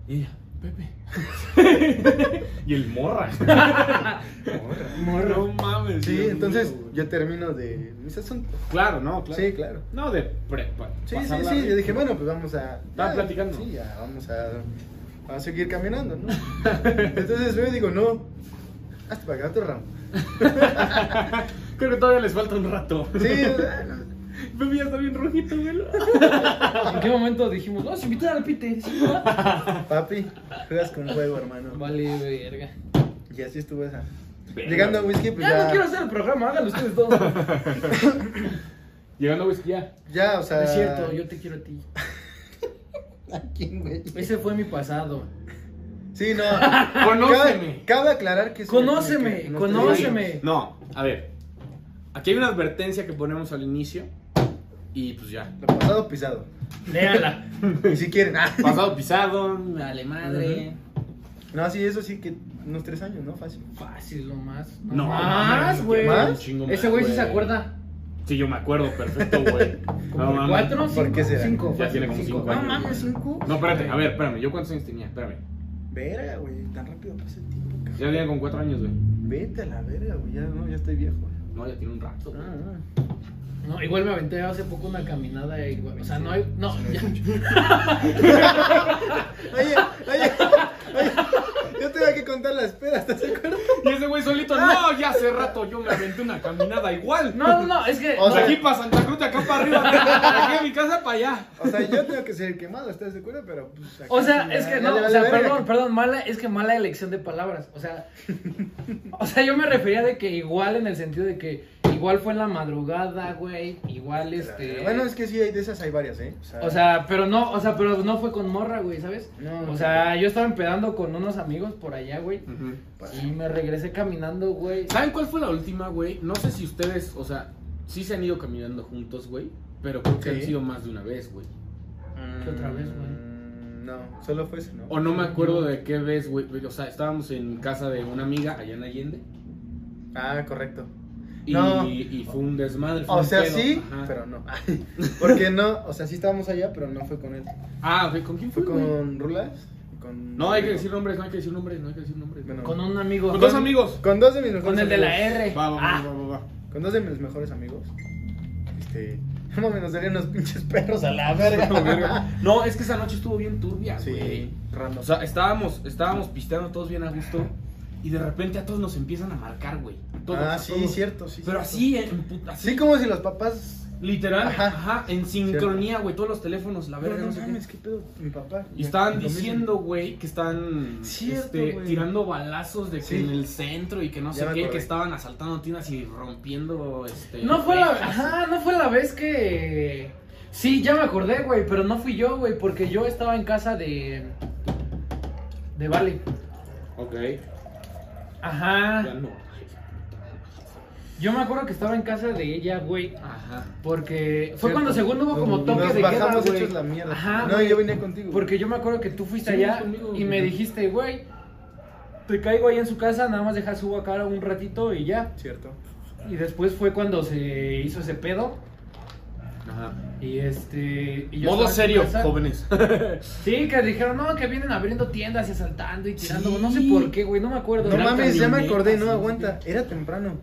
Speaker 2: Y ella, Pepe. y el morra. No mames.
Speaker 3: sí,
Speaker 2: Dios mío,
Speaker 3: entonces
Speaker 2: güey.
Speaker 3: yo termino de mis asuntos.
Speaker 2: Claro, no, claro.
Speaker 3: Sí, claro.
Speaker 2: No, de prepa.
Speaker 3: Sí,
Speaker 2: Vas a
Speaker 3: sí,
Speaker 2: hablar
Speaker 3: sí.
Speaker 2: de-
Speaker 3: Yo dije, bueno, pues vamos a.
Speaker 2: Vas
Speaker 3: ya,
Speaker 2: platicando.
Speaker 3: Sí, ya, vamos a. Vamos a seguir caminando, ¿no? Entonces yo digo, no. Hasta para acá, otro round.
Speaker 2: Creo que todavía les falta un rato.
Speaker 3: Sí,
Speaker 2: Pepe ya está bien rojito, güey.
Speaker 1: ¿En qué momento dijimos, vamos a invitar al Peter? Sí, va.
Speaker 3: papi, juegas con fuego, hermano.
Speaker 1: vale, verga.
Speaker 3: Y así estuvo esa.
Speaker 2: Verga.
Speaker 3: Llegando a whisky, pues
Speaker 1: Ya, no
Speaker 3: ya.
Speaker 1: quiero hacer el programa, háganlo ustedes dos.
Speaker 2: Llegando a whisky ya.
Speaker 3: Ya, o sea.
Speaker 1: No es cierto, yo te quiero a ti.
Speaker 3: ¿A quién, güey?
Speaker 1: Ese fue mi pasado.
Speaker 3: Sí, no.
Speaker 2: Conóceme.
Speaker 3: Cabe, cabe aclarar que. es una
Speaker 1: Conóceme,
Speaker 3: clínica, no
Speaker 1: conóceme.
Speaker 3: te digo.
Speaker 2: No, a ver. Aquí hay una advertencia que ponemos al inicio. Y pues ya.
Speaker 3: Lo pasado pisado.
Speaker 1: Léala.
Speaker 3: Y si quieren. ah.
Speaker 2: Pasado pisado.
Speaker 1: Dale, madre.
Speaker 3: No, sí, eso sí que unos tres años, ¿no? Fácil.
Speaker 1: Fácil, lo más.
Speaker 2: No,
Speaker 1: más,
Speaker 2: mames,
Speaker 1: güey.
Speaker 3: ¿más?
Speaker 2: Un chingo más,
Speaker 1: Ese güey sí se
Speaker 2: güey.
Speaker 1: acuerda.
Speaker 2: Sí, yo me acuerdo perfecto, güey. No,
Speaker 1: Como
Speaker 2: mames.
Speaker 1: cuatro,
Speaker 3: ¿Por
Speaker 1: cinco,
Speaker 3: qué será?
Speaker 1: cinco,
Speaker 2: Ya tiene
Speaker 1: fácil,
Speaker 2: como
Speaker 1: cinco.
Speaker 2: cinco años.
Speaker 1: No mames, cinco.
Speaker 2: No, espérate, a ver, espérame. ¿Yo cuántos años tenía? Espérame.
Speaker 3: Verga, güey. Tan rápido pasa el tiempo, cabrón.
Speaker 2: Ya tenía con cuatro años, güey.
Speaker 3: Vete a la verga, güey. Ya, no, ya estoy viejo. güey.
Speaker 2: No, ya tiene un rato.
Speaker 1: Ah.
Speaker 2: güey.
Speaker 1: No, igual me aventé hace poco una caminada. Igual, o sea, no hay. No, ya.
Speaker 3: Oye, oye, oye. Yo tenía que contar las pedas, ¿estás de acuerdo?
Speaker 2: Y ese güey solito, no, ya hace rato yo me aventé una caminada igual.
Speaker 1: No, no, no, es que.
Speaker 3: O
Speaker 1: no,
Speaker 3: sea,
Speaker 2: aquí para Santa Cruz, de acá para arriba, de aquí a mi casa para allá.
Speaker 3: O sea, yo tengo que ser el quemado, ¿estás de acuerdo? Pero, pues. acá
Speaker 1: o sea,
Speaker 3: sí,
Speaker 1: es
Speaker 3: ya-
Speaker 1: que
Speaker 3: ya
Speaker 1: no,
Speaker 3: le
Speaker 1: o
Speaker 3: vale
Speaker 1: sea,
Speaker 3: verga.
Speaker 1: perdón, perdón, mala, es que mala elección de palabras. O sea, o sea, yo me refería de que igual en el sentido de que igual fue en la madrugada, güey. Igual este.
Speaker 3: Bueno, es que sí, hay de esas hay varias, ¿eh? O sea,
Speaker 1: O sea, pero no, o sea, pero no fue con morra, güey, ¿sabes?
Speaker 3: No,
Speaker 1: o
Speaker 3: no.
Speaker 1: sea, yo estaba empedando con unos amigos por allá, güey.
Speaker 3: Mm, pasa.
Speaker 1: Y me regresé caminando, güey.
Speaker 2: ¿Saben cuál fue la última, güey? No sé si ustedes, o sea, sí se han ido caminando juntos, güey. Pero creo que
Speaker 3: Sí.
Speaker 2: han sido más de una vez, güey.
Speaker 1: ¿Qué otra vez, güey?
Speaker 3: Mm, No, solo fue eso, ¿no?
Speaker 2: O no me acuerdo de qué vez, güey. pero, O sea, estábamos en casa de una amiga allá en Allende.
Speaker 3: Ah, correcto.
Speaker 2: Y,
Speaker 3: No.
Speaker 2: y fue un desmadre. fue
Speaker 3: O
Speaker 2: un
Speaker 3: sea,
Speaker 2: pedo,
Speaker 3: sí,
Speaker 2: ajá.
Speaker 3: pero no. Porque no, o sea, sí estábamos allá, pero no fue con él.
Speaker 2: Ah, güey, ¿con quién fue,
Speaker 3: Fue
Speaker 2: güey?
Speaker 3: con Rulas. y Con...
Speaker 2: No, hay que decir nombres, no hay que decir nombres, no hay que decir nombres.
Speaker 3: Bueno, eh,
Speaker 1: Con un amigo.
Speaker 2: Con dos amigos. pues,
Speaker 3: Con dos de mis mejores
Speaker 1: Con el de la
Speaker 3: amigos.
Speaker 1: R.
Speaker 2: Va, va, va,
Speaker 1: Ah,
Speaker 2: va, va, va.
Speaker 3: Con dos de mis mejores amigos. Este. No mames, nos darían unos pinches perros a la verga.
Speaker 2: No, es que esa noche estuvo bien turbia, güey.
Speaker 3: sí, random.
Speaker 2: O sea, estábamos, estábamos pisteando todos bien a gusto. Y de repente a todos nos empiezan a marcar, güey. A todos,
Speaker 3: ah,
Speaker 2: a
Speaker 3: sí,
Speaker 2: todos.
Speaker 3: cierto, sí.
Speaker 2: Pero
Speaker 3: cierto.
Speaker 2: así, en puta, así.
Speaker 3: Sí, como si los papás.
Speaker 2: Literal,
Speaker 3: Ajá.
Speaker 2: ajá, en sincronía, güey. Todos los teléfonos, la verga,
Speaker 3: no,
Speaker 2: no,
Speaker 3: no
Speaker 2: sé
Speaker 3: mames,
Speaker 2: qué.
Speaker 3: qué pedo. Mi papá.
Speaker 2: Y estaban
Speaker 3: Lo mismo.
Speaker 2: diciendo, güey, que están
Speaker 3: Cierto,
Speaker 2: este,
Speaker 3: güey.
Speaker 2: tirando balazos de que
Speaker 3: Sí.
Speaker 2: en el centro y que no
Speaker 3: Ya
Speaker 2: sé
Speaker 3: me
Speaker 2: qué,
Speaker 3: acordé.
Speaker 2: que estaban asaltando tinas y rompiendo este.
Speaker 1: no fue la,
Speaker 2: rejas.
Speaker 1: ajá, no fue la vez que. Sí, ya me acordé, güey, pero no fui yo, güey, porque yo estaba en casa de. De Vale.
Speaker 2: Ok,
Speaker 3: Ah.
Speaker 2: ya
Speaker 1: Ajá.
Speaker 2: no.
Speaker 1: Yo me acuerdo que estaba en casa de ella, güey.
Speaker 2: Ajá.
Speaker 1: Porque fue
Speaker 3: Cierto.
Speaker 1: cuando segundo hubo como
Speaker 3: Nos-
Speaker 1: toque
Speaker 3: nos
Speaker 1: de queda,
Speaker 3: bajamos
Speaker 1: güey.
Speaker 3: hechos la mierda.
Speaker 1: Ajá,
Speaker 3: no,
Speaker 1: güey.
Speaker 3: yo venía contigo.
Speaker 1: Porque yo me acuerdo que tú fuiste
Speaker 2: Sí,
Speaker 1: allá
Speaker 2: conmigo,
Speaker 1: y me
Speaker 2: güey.
Speaker 1: dijiste, güey, te caigo ahí en su casa, nada más dejas su cara un ratito y ya.
Speaker 3: Cierto.
Speaker 1: Y después fue cuando se hizo ese pedo.
Speaker 2: Ajá.
Speaker 1: Y este. y yo
Speaker 2: Modo
Speaker 1: estaba en su
Speaker 2: serio,
Speaker 1: casa.
Speaker 2: jóvenes.
Speaker 1: Sí, que dijeron, no, que vienen abriendo tiendas y asaltando y tirando.
Speaker 2: Sí.
Speaker 1: No sé por qué, güey, no me acuerdo.
Speaker 3: No
Speaker 2: Era
Speaker 3: mames, ya me
Speaker 2: camioneta,
Speaker 3: acordé,
Speaker 2: sí,
Speaker 3: no
Speaker 2: sí,
Speaker 3: aguanta. Era temprano.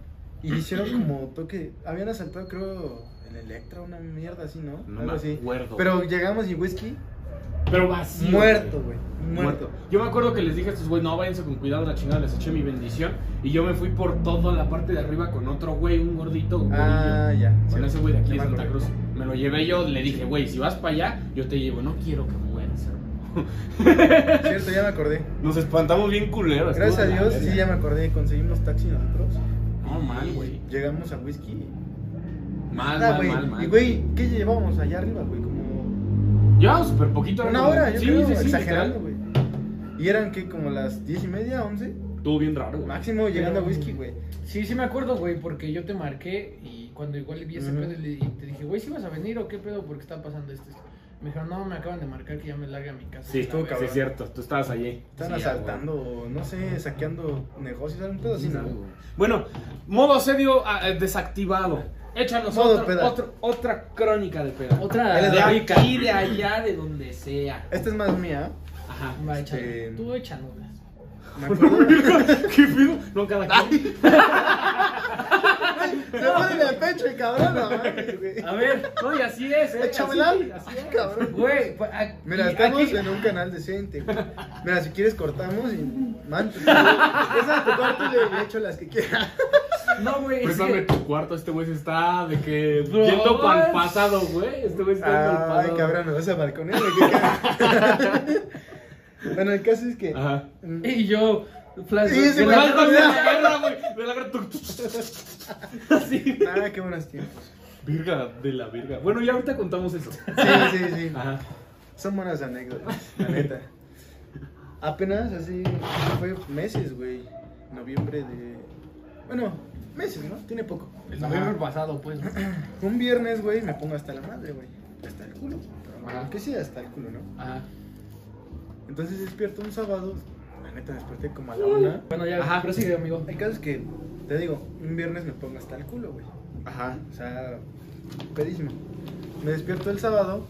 Speaker 3: Y hicieron como toque. Habían asaltado, creo, el Electra, una mierda así, ¿no?
Speaker 2: No
Speaker 3: Algo
Speaker 2: me
Speaker 3: así.
Speaker 2: acuerdo.
Speaker 3: Pero llegamos y whisky,
Speaker 2: Pero vacío.
Speaker 3: muerto, güey. Muerto.
Speaker 2: Yo me acuerdo que les dije a estos güey, no váyanse con cuidado, la chingada, les eché mi bendición. Y yo me fui por toda la parte de arriba con otro güey, un gordito. un
Speaker 3: Ah,
Speaker 2: gordillo.
Speaker 3: ya.
Speaker 2: Con
Speaker 3: cierto.
Speaker 2: ese güey de aquí
Speaker 3: Ah, Ya
Speaker 2: de
Speaker 3: me
Speaker 2: Santa
Speaker 3: acordé.
Speaker 2: Cruz. Me lo llevé yo, le dije, güey, si vas para allá, yo te llevo. No quiero que me vayan a hacer.
Speaker 3: Cierto, ya me acordé.
Speaker 4: Nos espantamos bien culeros.
Speaker 3: Gracias a
Speaker 4: estuvo de la
Speaker 3: Dios,
Speaker 4: verga.
Speaker 3: sí, ya me acordé. Conseguimos taxi nosotros.
Speaker 2: No, mal, güey.
Speaker 3: Llegamos a Whisky.
Speaker 2: Mal,
Speaker 3: Ah,
Speaker 2: mal,
Speaker 3: güey.
Speaker 2: mal, mal.
Speaker 3: Y, güey, ¿qué llevábamos allá arriba, güey? Como
Speaker 2: Llevamos súper poquito.
Speaker 3: una
Speaker 2: ¿no?
Speaker 3: hora, yo
Speaker 2: sí,
Speaker 3: creo,
Speaker 2: sí, sí,
Speaker 3: exagerando,
Speaker 2: literal.
Speaker 3: güey. Y eran, que Como las diez y media, once.
Speaker 2: Estuvo bien raro, güey.
Speaker 3: Máximo llegando a Whisky, güey.
Speaker 1: Sí, sí me acuerdo, güey, porque yo te marqué y cuando igual vi ese
Speaker 3: Ujú.
Speaker 1: pedo le- y te dije, güey, ¿si vas a venir o qué pedo? Porque está pasando esto. esto?". Me dijeron, no, me acaban de marcar que ya me largue a mi casa.
Speaker 2: Sí,
Speaker 1: La
Speaker 2: estuvo
Speaker 1: verga.
Speaker 2: Sí, es cierto. Tú estabas allí.
Speaker 3: Están
Speaker 2: Sí, ya,
Speaker 3: asaltando, no sé, saqueando negocios, algún pedo así,
Speaker 2: güey.
Speaker 3: ¿no?
Speaker 2: Sí, güey. Bueno, modo serio ah, eh, desactivado. Échanos
Speaker 3: Modo
Speaker 2: otro-
Speaker 3: peda.
Speaker 2: otro- otra crónica de peda.
Speaker 1: Otra.
Speaker 3: Ahí les
Speaker 2: de
Speaker 3: va.
Speaker 2: aquí, de allá, de donde sea.
Speaker 3: Esta es más mía.
Speaker 2: Ajá.
Speaker 1: Va, échale.
Speaker 3: Este-
Speaker 1: Tú échale unas.
Speaker 3: Me acuerdo.
Speaker 2: ¿Qué pedo? No, cada quien.
Speaker 3: Se pone en el pecho el cabrón, no mames, güey.
Speaker 2: A ver, no, y así es, ¿eh?
Speaker 3: Échamela.
Speaker 2: Así, así es.
Speaker 3: Cabrón.
Speaker 1: Güey, pues, a-
Speaker 3: Mira,
Speaker 1: y
Speaker 3: estamos
Speaker 1: aquí-
Speaker 3: en un canal decente, güey. Mira, si quieres cortamos y manches. güey. Esa tu cuarto yo le echo las que quieras.
Speaker 1: No, güey,
Speaker 3: Pues,
Speaker 1: es
Speaker 2: Préstame
Speaker 1: que...
Speaker 2: tu cuarto, este güey se está de que
Speaker 1: Bro.
Speaker 2: yendo para el pasado, güey. Este güey está yendo al
Speaker 3: Ay,
Speaker 2: pasado.
Speaker 3: cabrón, me vas a balconear. güey, qué cabrón. Bueno, el caso es que.
Speaker 2: Ajá.
Speaker 3: mm,
Speaker 1: Y yo, flash,
Speaker 3: Sí, pues, ese
Speaker 1: de
Speaker 2: De
Speaker 1: la-
Speaker 3: güey.
Speaker 2: la guerra, güey. De la guerra. tuc, tuc, tuc, tuc. Así.
Speaker 3: Ah, qué buenos tiempos.
Speaker 2: Virga de la virga. Bueno, ya ahorita contamos eso.
Speaker 3: Sí, sí, sí.
Speaker 1: Ah.
Speaker 2: Ajá.
Speaker 3: Son buenas anécdotas, la neta. Apenas así fue meses, güey. Noviembre de. Bueno, meses, ¿no? Tiene poco.
Speaker 1: El noviembre pasado, pues.
Speaker 3: Un viernes, güey, me pongo hasta la madre, güey. Hasta el culo.
Speaker 1: Ajá.
Speaker 3: Pero, que sí, hasta el culo, ¿no?
Speaker 1: Ajá.
Speaker 3: Entonces despierto un sábado. La neta desperté como a la una.
Speaker 1: Bueno, ya,
Speaker 2: Ajá.
Speaker 1: prosigue, amigo.
Speaker 3: El caso es que, te digo, un viernes me pongo hasta el culo, güey.
Speaker 2: Ajá.
Speaker 3: O sea, pedísimo. Me despierto el sábado,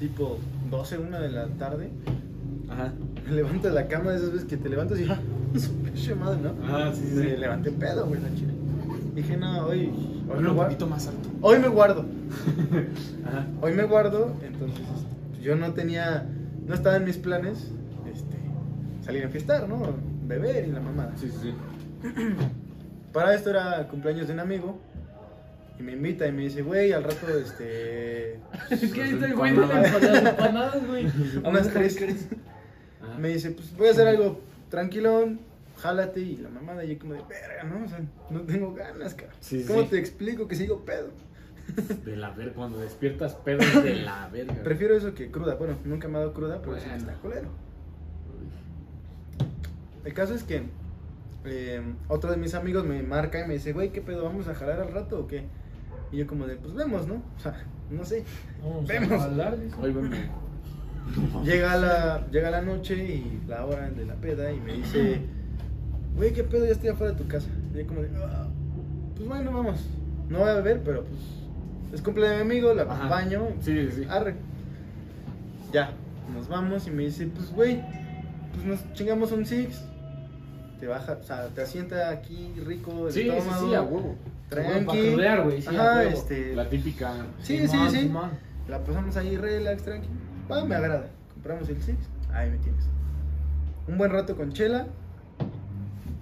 Speaker 3: tipo 12, 1 de la tarde.
Speaker 2: Ajá.
Speaker 3: Me levanto de la cama de esas veces que te levantas y ah, su pinche madre, ¿no?
Speaker 2: Ah, sí, sí,
Speaker 3: Me
Speaker 2: sí.
Speaker 3: levanté pedo, güey, la chile. Dije, no, hoy, hoy, me
Speaker 2: Habla un
Speaker 3: guardo,
Speaker 2: poquito más alto.
Speaker 3: hoy me guardo.
Speaker 2: Ajá.
Speaker 3: Hoy me guardo, entonces este, yo no tenía, no estaba en mis planes este, salir a enfiestar, ¿no? Beber y la mamada.
Speaker 2: Sí, sí, sí.
Speaker 3: Para esto era cumpleaños de un amigo. Y me invita y me dice, güey, al rato, este.
Speaker 1: Es que ahí está el güey de
Speaker 2: empanadas.
Speaker 1: las empanadas, güey.
Speaker 3: Unas tres.
Speaker 2: Ajá.
Speaker 3: Me dice, pues voy a hacer algo tranquilón, jálate y la mamada. Y yo como de, verga, ¿no? O sea, no tengo ganas, cabrón.
Speaker 2: Sí,
Speaker 3: ¿Cómo
Speaker 2: sí.
Speaker 3: te explico que sigo pedo?
Speaker 2: De la verga. Cuando despiertas pedos de la verga.
Speaker 3: Prefiero eso que cruda. Bueno, nunca me ha dado cruda, pero sí que
Speaker 2: Bueno.
Speaker 3: está culero. El caso es que eh, otro de mis amigos me marca y me dice, güey, ¿qué pedo? ¿Vamos a jalar al rato o qué? Y yo como de, pues vemos, ¿no? O sea, no sé.
Speaker 1: Vamos
Speaker 3: Vemos.
Speaker 1: a hablar, dice.
Speaker 2: Hoy vemos.
Speaker 3: Llega la, llega la noche y la hora de la peda y me dice, güey, ¿qué pedo? Ya estoy afuera de tu casa. Y yo como de, "Ah, pues bueno, vamos. No voy a beber, pero pues es cumple de mi amigo, la
Speaker 2: Ajá.
Speaker 3: acompaño. y,
Speaker 2: Sí, sí, sí.
Speaker 3: Arre. Ya, nos vamos y me dice, pues güey, pues nos chingamos un six. Te baja, o sea, te asienta aquí rico el
Speaker 2: Sí, sí,
Speaker 3: estómago.
Speaker 2: sí, a huevo.
Speaker 1: Bueno,
Speaker 3: Tranqui.
Speaker 1: para crudear, güey, sí, a
Speaker 3: Ajá,
Speaker 1: huevo.
Speaker 3: este.
Speaker 2: La típica.
Speaker 3: Sí, sí,
Speaker 1: Simón,
Speaker 3: sí.
Speaker 1: Simón.
Speaker 3: La pasamos ahí relax, tranqui. Va, me agrada. Compramos el six. Ahí me tienes. Un buen rato con Chela.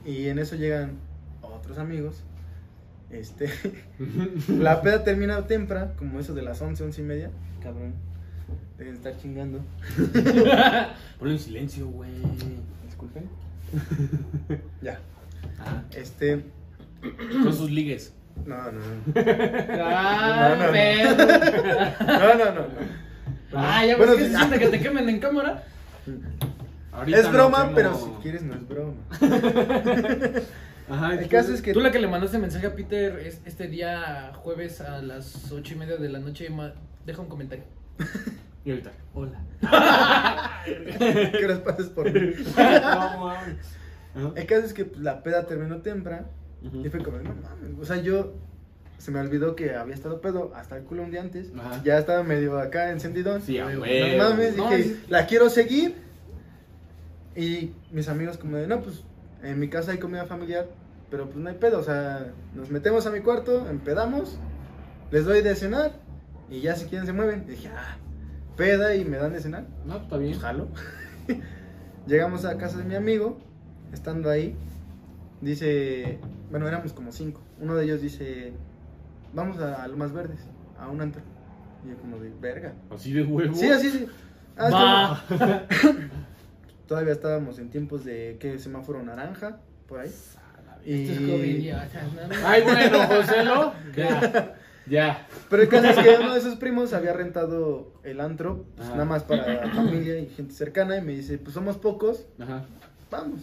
Speaker 3: Y en eso llegan otros amigos. Este. la peda termina temprano, como eso de las 11, 11 y media. Cabrón. Deben estar chingando.
Speaker 2: Ponlo en silencio, güey.
Speaker 3: Disculpen. ya.
Speaker 2: Ajá.
Speaker 3: Este.
Speaker 2: Son sus ligues.
Speaker 3: No, no, no.
Speaker 1: Ah,
Speaker 3: No, no, no.
Speaker 1: pedo.
Speaker 3: No, no, no. no.
Speaker 1: Ah, ya
Speaker 3: Bueno,
Speaker 1: ves que
Speaker 3: sí.
Speaker 1: se siente que te quemen en cámara.
Speaker 2: Ahorita
Speaker 3: Es
Speaker 2: nos
Speaker 3: broma,
Speaker 2: vemos.
Speaker 3: pero si quieres no es broma.
Speaker 2: Ajá,
Speaker 3: El caso es que.
Speaker 1: pues, Tú la que le mandaste mensaje a Peter es- este día jueves a las ocho y media de la noche, ma- deja un comentario.
Speaker 2: Y ahorita.
Speaker 1: Hola.
Speaker 3: Que las pases por mí.
Speaker 2: no mames. Ajá.
Speaker 3: El caso es que pues, la peda terminó temprano.
Speaker 2: Ujú.
Speaker 3: Y fue como, no mames. O sea, yo se me olvidó que había estado pedo hasta el culo un día antes.
Speaker 2: Ajá.
Speaker 3: Ya estaba medio acá encendidón.
Speaker 2: Sí, Eh, a
Speaker 3: no
Speaker 2: huevo.
Speaker 3: mames,
Speaker 1: No,
Speaker 3: dije,
Speaker 1: es-
Speaker 3: la quiero seguir. Y mis amigos, como de, no, pues en mi casa hay comida familiar, pero pues no hay pedo. O sea, nos metemos a mi cuarto, empedamos, les doy de cenar y ya si quieren se mueven. Y dije, ah, peda y me dan de cenar
Speaker 2: No, está bien.
Speaker 3: pues, jalo. Llegamos a casa de mi amigo, estando ahí, dice, bueno, éramos como cinco. Uno de ellos dice, vamos a, a Lomas Verdes, a un antro. Y yo como de verga.
Speaker 2: Así de huevo.
Speaker 3: Sí, así, sí. Ah, es
Speaker 1: Va.
Speaker 3: que todavía estábamos en tiempos de ¿qué? semáforo naranja, por ahí.
Speaker 1: Estos
Speaker 3: Y...
Speaker 1: covidiotas, no mames.
Speaker 2: Ay, bueno, Joselo. Ya. Ya.
Speaker 3: Pero el caso es que uno de sus primos había rentado el antro, pues,
Speaker 2: Ajá.
Speaker 3: nada más para familia y gente cercana, y me dice, pues somos pocos,
Speaker 2: Ajá.
Speaker 3: vamos.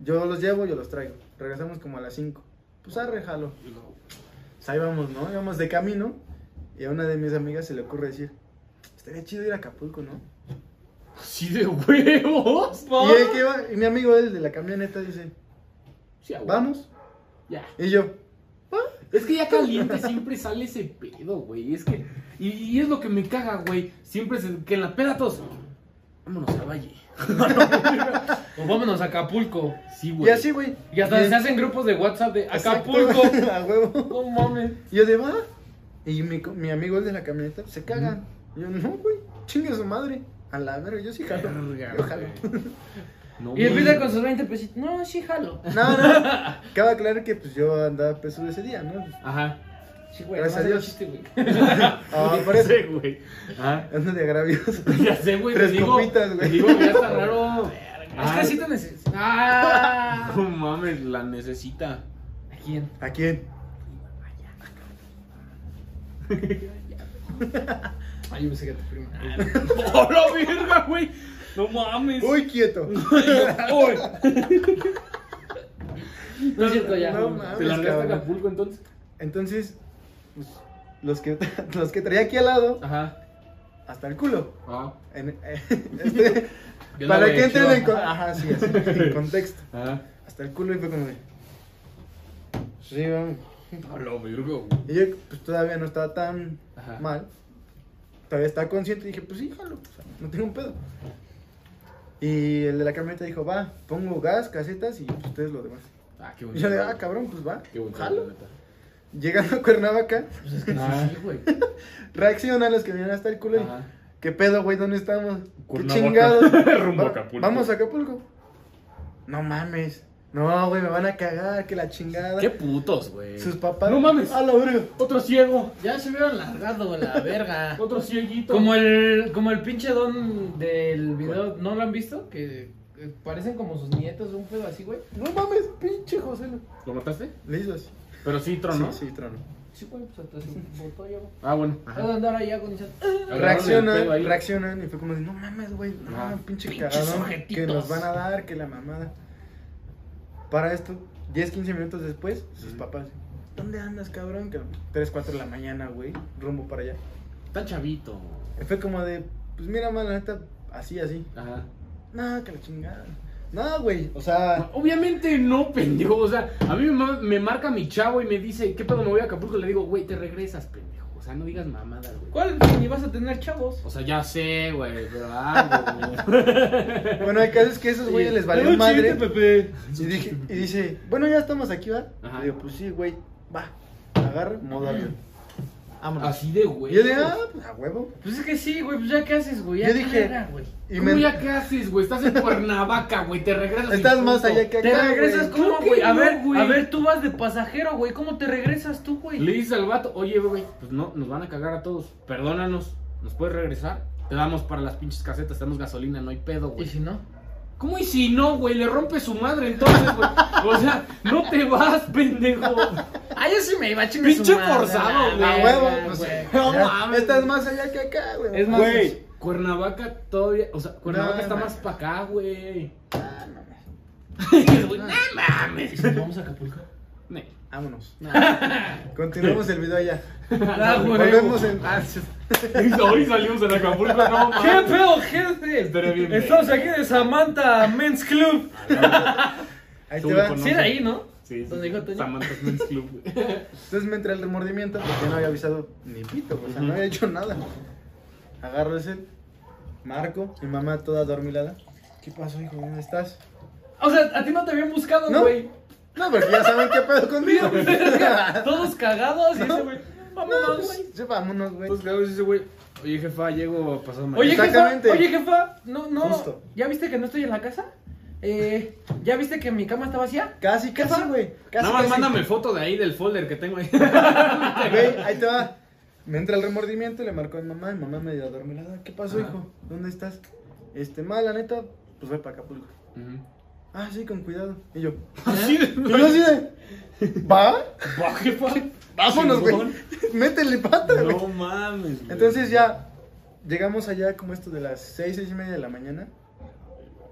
Speaker 3: Yo los llevo, yo los traigo. Regresamos como a las 5. Pues arre, jalo. Pues ahí vamos, ¿no? Íbamos de camino y a una de mis amigas se le ocurre decir, estaría chido ir a Acapulco, ¿no?
Speaker 2: Así de huevos.
Speaker 3: Y, el que iba- y mi amigo, el de la camioneta, dice,
Speaker 2: Sí, a huevo.
Speaker 3: eh, vamos.
Speaker 2: Ya.
Speaker 3: Y yo,
Speaker 2: Es que ya caliente siempre sale ese pedo, güey. Es que. Y, y es lo que me caga, güey. Siempre se, que en la peda todos. Vámonos a Valle.
Speaker 1: O vámonos a Acapulco.
Speaker 2: Sí,
Speaker 3: y
Speaker 2: güey.
Speaker 3: así, güey.
Speaker 1: Y hasta
Speaker 3: Y-
Speaker 1: se hacen grupos de WhatsApp de
Speaker 3: Exacto.
Speaker 1: Acapulco.
Speaker 3: a huevo.
Speaker 1: No mames.
Speaker 3: Y yo de, va. Y mi, co- mi amigo, el de la camioneta, se caga. Y yo, no, güey, chingue su madre. A la verga, yo sí jalo.
Speaker 2: Verga,
Speaker 3: Yo jalo.
Speaker 2: güey. No
Speaker 1: Y empieza
Speaker 2: mames.
Speaker 1: con sus 20 pesitos. No, sí, jalo.
Speaker 3: No, no. Cabe aclarar que pues yo andaba pesudo ese día, ¿no?
Speaker 2: Ajá.
Speaker 1: Sí, güey.
Speaker 3: Gracias
Speaker 1: no
Speaker 3: a Dios.
Speaker 1: hagas chiste, güey.
Speaker 3: Ah, por eso.
Speaker 2: Sí, güey. Ajá.
Speaker 3: Ando de agravios.
Speaker 2: Ya sé, güey.
Speaker 3: Tres
Speaker 2: te digo,
Speaker 3: copitas,
Speaker 2: te
Speaker 3: güey.
Speaker 2: digo que ya está raro.
Speaker 1: Es que sí te necesitas. Ah.
Speaker 2: No mames, la necesita.
Speaker 1: ¿A quién?
Speaker 3: ¿A quién?
Speaker 1: Ay, yo pensé que a tu prima.
Speaker 2: ¡Oh, la verga, güey! No mames.
Speaker 3: Uy, quieto.
Speaker 2: Uy.
Speaker 1: No es cierto, ya.
Speaker 3: No mames.
Speaker 2: ¿Te largaste a
Speaker 3: cabrón.
Speaker 2: Acapulco entonces?
Speaker 3: Entonces, pues, los que los que traía aquí al lado,
Speaker 2: Ajá.
Speaker 3: hasta el culo.
Speaker 2: Ah.
Speaker 3: En- eh, este,
Speaker 2: Yo la
Speaker 3: para
Speaker 2: de
Speaker 3: que entren
Speaker 2: Chiva.
Speaker 3: en, con- ajá, sí, así, en contexto.
Speaker 2: Ajá.
Speaker 3: Hasta el culo y fue como de. Sí, vamos.
Speaker 2: A la verga, güey.
Speaker 3: Y yo pues, todavía no estaba tan
Speaker 2: Ajá.
Speaker 3: mal. Todavía estaba consciente y dije, pues sí, jalo, o sea, no tengo un pedo. Y el de la camioneta dijo, va, pongo gas, casetas y pues, ustedes lo demás.
Speaker 2: Ah, qué
Speaker 3: Y
Speaker 2: bonito.
Speaker 3: yo de, ah, cabrón, pues va.
Speaker 2: Qué bonito,
Speaker 3: jalo.
Speaker 2: la neta.
Speaker 3: Llegando a Cuernavaca,
Speaker 1: Pues es que
Speaker 2: Ah.
Speaker 1: sí, güey.
Speaker 3: reaccionan los que vienen hasta el culo y,
Speaker 2: Ajá.
Speaker 3: ¿qué pedo, güey? ¿Dónde estamos? ¿Qué
Speaker 2: Cuernavaca.
Speaker 3: chingados?
Speaker 2: Rumbo a
Speaker 3: Va-
Speaker 2: Acapulco.
Speaker 3: Vamos a Acapulco. No mames. No, güey, me van a cagar, que la chingada.
Speaker 2: Qué putos, güey.
Speaker 3: Sus papás.
Speaker 2: No mames.
Speaker 3: A la verga.
Speaker 2: Otro ciego.
Speaker 1: Ya se hubieran largado, la verga.
Speaker 2: Otro cieguito.
Speaker 1: Como el, como el pinche don del video, ¿no lo han visto? Que eh, parecen como sus nietos, un pedo así, güey.
Speaker 3: No mames, pinche José.
Speaker 2: ¿Lo mataste?
Speaker 3: Le hizo así.
Speaker 2: Pero sí, tronó.
Speaker 3: Sí, sí, trono.
Speaker 1: Sí, güey, pues hasta se botó ya, güey.
Speaker 2: Ah, bueno.
Speaker 1: Vas a andar allá con esas...
Speaker 2: Agarraron el
Speaker 3: Reaccionan,
Speaker 2: pedo ahí.
Speaker 3: reaccionan y fue como de, no mames, güey, no,
Speaker 2: Ajá.
Speaker 3: pinche
Speaker 1: Pinches
Speaker 3: cagado que
Speaker 1: ojetitos.
Speaker 3: nos van a dar, que la mamada. Para esto, 10, 15 minutos después, sus papás, ¿dónde andas, cabrón? Que 3, 4 de la mañana, güey, rumbo para allá.
Speaker 2: Está chavito.
Speaker 3: Y fue como de, pues mira, man, la neta, así, así.
Speaker 2: Ajá.
Speaker 3: No, que la chingada. No, güey, o sea,
Speaker 2: Obviamente no, pendejo. O sea, a mí me, ma- me marca mi chavo y me dice, ¿qué pedo me voy a Acapulco? Le digo, güey, te regresas, pendejo. O sea, no digas mamadas, güey.
Speaker 1: ¿Cuál? Ni vas a tener chavos.
Speaker 2: O sea, ya sé, güey, pero algo, güey.
Speaker 3: bueno, el caso es que a esos güeyes les valió madre. Y, dije- y dice, bueno, ya estamos aquí, ¿va?
Speaker 2: Ajá.
Speaker 3: Le digo, pues sí, güey, va. Agarra, modo avión. Vámonos.
Speaker 2: Así de güey.
Speaker 3: Y yo dije, ah, pues a huevo.
Speaker 1: Pues es que sí, güey, pues ya qué haces, güey. Ya
Speaker 3: Yo
Speaker 1: qué
Speaker 3: dije-
Speaker 1: verga, güey.
Speaker 3: Y
Speaker 2: ¿Cómo
Speaker 3: me-
Speaker 2: ya qué haces, güey? Estás en Cuernavaca, güey, te regresas.
Speaker 3: Estás
Speaker 2: y
Speaker 3: más
Speaker 2: punto.
Speaker 3: allá que acá.
Speaker 1: ¿Te
Speaker 3: güey.
Speaker 1: regresas cómo,
Speaker 2: Creo que
Speaker 1: güey? A
Speaker 2: no,
Speaker 1: ver,
Speaker 2: güey.
Speaker 1: a ver, tú vas de pasajero, güey. ¿Cómo te regresas tú, güey?
Speaker 2: Le dices al vato, oye, güey, pues no, nos van a cagar a todos. Perdónanos, ¿nos puedes regresar? Te damos para las pinches casetas, tenemos gasolina, no hay pedo,
Speaker 1: Y
Speaker 2: güey.
Speaker 1: si no,
Speaker 2: ¿Cómo y si no, güey? Le rompe su madre entonces, güey. O sea, no te vas, pendejo.
Speaker 1: Ah, yo sí me iba a chingar
Speaker 2: Pinche forzado,
Speaker 1: la
Speaker 3: A
Speaker 2: güey.
Speaker 1: verga,
Speaker 3: huevo, pues,
Speaker 1: güey.
Speaker 2: No
Speaker 3: ya,
Speaker 2: mames.
Speaker 3: Estás más allá que acá, güey.
Speaker 1: Es más,
Speaker 4: Güey.
Speaker 2: Cuernavaca todavía, o sea, Cuernavaca está más para acá, güey. Güey, No mames.
Speaker 1: pues, vamos a Acapulco.
Speaker 2: Ne.
Speaker 3: Vámonos. Continuamos el video allá.
Speaker 1: Ah, güey.
Speaker 3: Volvemos en.
Speaker 2: Hoy salimos en Acapulco, no
Speaker 1: ¿Qué
Speaker 2: mames.
Speaker 1: pedo, jefe?
Speaker 2: bien,
Speaker 1: Estamos aquí de Samantha Men's Club.
Speaker 3: Ahí
Speaker 2: Tú
Speaker 3: te
Speaker 2: me
Speaker 3: va.
Speaker 2: conoces.
Speaker 1: Sí, era ahí, ¿no?
Speaker 2: Sí, sí,
Speaker 1: Donde dijo
Speaker 2: sí.
Speaker 1: Toño.
Speaker 2: Samantha's Men's Club, güey.
Speaker 3: Entonces me entra el remordimiento porque no había avisado ni pito, o sea, no había hecho nada. Agarro ese, marco, mi mamá toda adormilada. ¿Qué pasó, hijo? ¿Dónde estás?
Speaker 1: O sea, a ti no te habían buscado,
Speaker 3: No.
Speaker 1: güey.
Speaker 3: No, porque ya saben qué pedo conmigo.
Speaker 1: Todos cagados y
Speaker 3: No.
Speaker 1: ese güey.
Speaker 3: No,
Speaker 1: Vámonos, güey.
Speaker 3: pues, ya vámonos, güey.
Speaker 5: Entonces, claro, dice ese güey, oye jefa, llego pasado mañana.
Speaker 1: Oye, jefa,
Speaker 3: Exactamente.
Speaker 1: oye, jefa, no, no,
Speaker 3: Justo.
Speaker 1: ¿ya viste que no estoy en la casa? Eh, ¿ya viste que mi cama está vacía?
Speaker 3: Casi, casi, güey. Casi,
Speaker 2: Nada más
Speaker 3: casi.
Speaker 2: mándame foto de ahí del folder que tengo ahí.
Speaker 3: Güey, ahí te va. Me entra el remordimiento y le marco a mi mamá. Mi mamá medio adormilada. ¿Qué pasó,
Speaker 2: Ajá.
Speaker 3: hijo? ¿Dónde estás? Este, mal, la neta, pues voy para Acapulco.
Speaker 2: Ujú.
Speaker 3: Ah, sí, con cuidado. Y yo.
Speaker 5: Así de-
Speaker 3: Y yo así de. ¿Va?
Speaker 5: Va, jefa.
Speaker 3: Vámonos, güey.
Speaker 5: Simón.
Speaker 3: Métele pata, güey.
Speaker 4: No mames, güey.
Speaker 3: Entonces ya llegamos allá como esto de las 6, 6 y media de la mañana.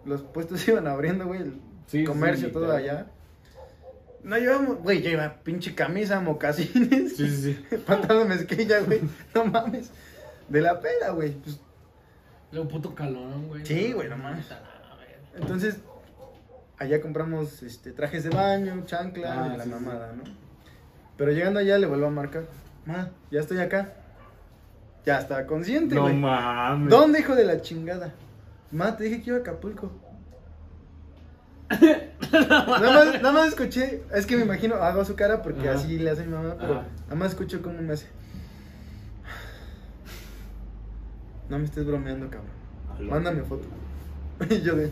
Speaker 3: Los puestos se iban abriendo, güey. El
Speaker 2: Sí,
Speaker 3: comercio,
Speaker 2: sí,
Speaker 3: todo
Speaker 2: literal.
Speaker 3: allá. No llevamos, güey, yo iba pinche camisa, mocasines,
Speaker 4: Sí, sí, sí.
Speaker 3: pantalón de mezquilla, güey. No mames. De la peda, güey. Pues,
Speaker 1: Luego puto calorón, güey.
Speaker 3: Sí, güey, no mames.
Speaker 1: Puta la verga.
Speaker 3: entonces, allá compramos este, trajes de baño, chancla,
Speaker 2: Ah,
Speaker 3: y la
Speaker 2: sí, sí.
Speaker 3: mamada, ¿no? Pero llegando allá le vuelvo a marcar. Ma, ya estoy acá. Ya estaba consciente,
Speaker 4: No
Speaker 3: güey.
Speaker 4: mames.
Speaker 3: ¿Dónde, hijo de la chingada? Ma, te dije que iba a Acapulco. nada, más, nada más escuché, es que me imagino, hago su cara porque
Speaker 2: Ajá.
Speaker 3: así le hace mi mamá, pero
Speaker 2: Ajá.
Speaker 3: nada más escucho cómo me hace. No me estés bromeando, cabrón.
Speaker 4: Aló.
Speaker 3: Mándame foto. Y yo de.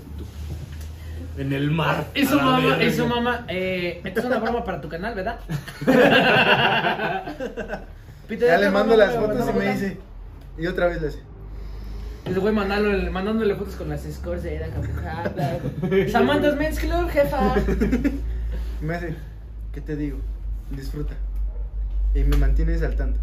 Speaker 4: En el mar.
Speaker 1: Eso,
Speaker 4: A la
Speaker 1: mamá,
Speaker 4: verga.
Speaker 1: eso, mamá. Eh, esta es una broma para tu canal, ¿verdad? Peter,
Speaker 3: Ya le
Speaker 1: esta
Speaker 3: mando
Speaker 1: broma
Speaker 3: las
Speaker 1: para-
Speaker 3: fotos y
Speaker 1: para-
Speaker 3: me dice. Y otra vez le hace.
Speaker 1: Ese güey mandándole, mandándole fotos con las scores de Era Capujada. Samantha's Men's Club, jefa.
Speaker 3: Y me hace. ¿Qué te digo? Disfruta. Y me mantienes al tanto.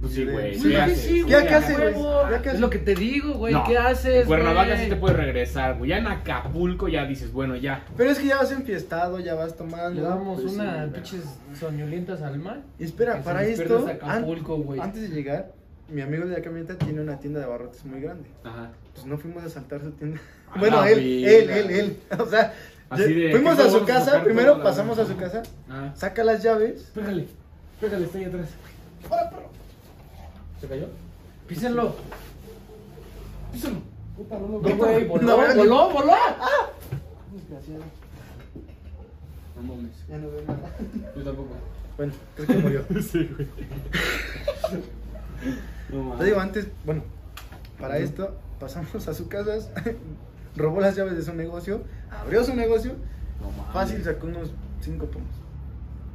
Speaker 4: Pues sí, güey.
Speaker 1: Güey,
Speaker 4: ¿qué
Speaker 1: ¿qué
Speaker 4: haces?
Speaker 1: sí,
Speaker 3: ¿Ya
Speaker 1: güey,
Speaker 3: qué
Speaker 1: a
Speaker 3: haces, güey?
Speaker 1: huevo.
Speaker 3: ¿Ya qué haces?
Speaker 1: Es lo que te digo, güey.
Speaker 2: No,
Speaker 1: ¿Qué
Speaker 2: En
Speaker 1: haces?
Speaker 2: Cuernavaca
Speaker 1: güey?
Speaker 2: sí te puedes regresar, güey. Ya en Acapulco ya dices, bueno, ya.
Speaker 3: Pero es que ya vas enfiestado, ya vas tomando.
Speaker 1: Le damos
Speaker 3: pues,
Speaker 1: unas
Speaker 3: sí,
Speaker 1: pinches soñolientas al mar.
Speaker 3: Y espera,
Speaker 1: Que
Speaker 3: para
Speaker 1: se despierta
Speaker 3: esto,
Speaker 1: hasta
Speaker 3: an-
Speaker 1: Acapulco, güey.
Speaker 3: antes de llegar, mi amigo de la camioneta tiene una tienda de abarrotes muy grande.
Speaker 2: Ajá.
Speaker 3: Pues no fuimos a saltar su tienda.
Speaker 2: A
Speaker 3: bueno,
Speaker 2: la
Speaker 3: él, él,
Speaker 2: verga.
Speaker 3: él, él. O sea,
Speaker 2: Así
Speaker 3: ya-
Speaker 2: de que
Speaker 3: fuimos
Speaker 2: no
Speaker 3: a su
Speaker 2: vamos a
Speaker 3: casa,
Speaker 2: sacar toda
Speaker 3: primero
Speaker 2: la
Speaker 3: pasamos a
Speaker 2: verga.
Speaker 3: su casa,
Speaker 2: Ah.
Speaker 3: saca las llaves.
Speaker 2: Pégale, pégale, está ahí atrás. ¿Se cayó?
Speaker 1: Písenlo.
Speaker 2: Písalo. Puta, no lo
Speaker 1: No, güey, voló,
Speaker 3: No,
Speaker 1: voló,
Speaker 3: güey.
Speaker 1: voló,
Speaker 3: Desgraciado,
Speaker 2: No mames.
Speaker 3: ya no veo nada.
Speaker 2: Yo tampoco.
Speaker 3: Bueno, creo que murió.
Speaker 4: Sí, güey.
Speaker 2: No
Speaker 3: Te digo, antes, bueno, para esto pasamos a su casa, robó las llaves de su negocio, abrió su negocio,
Speaker 2: No mames.
Speaker 3: fácil sacó unos 5 pomos.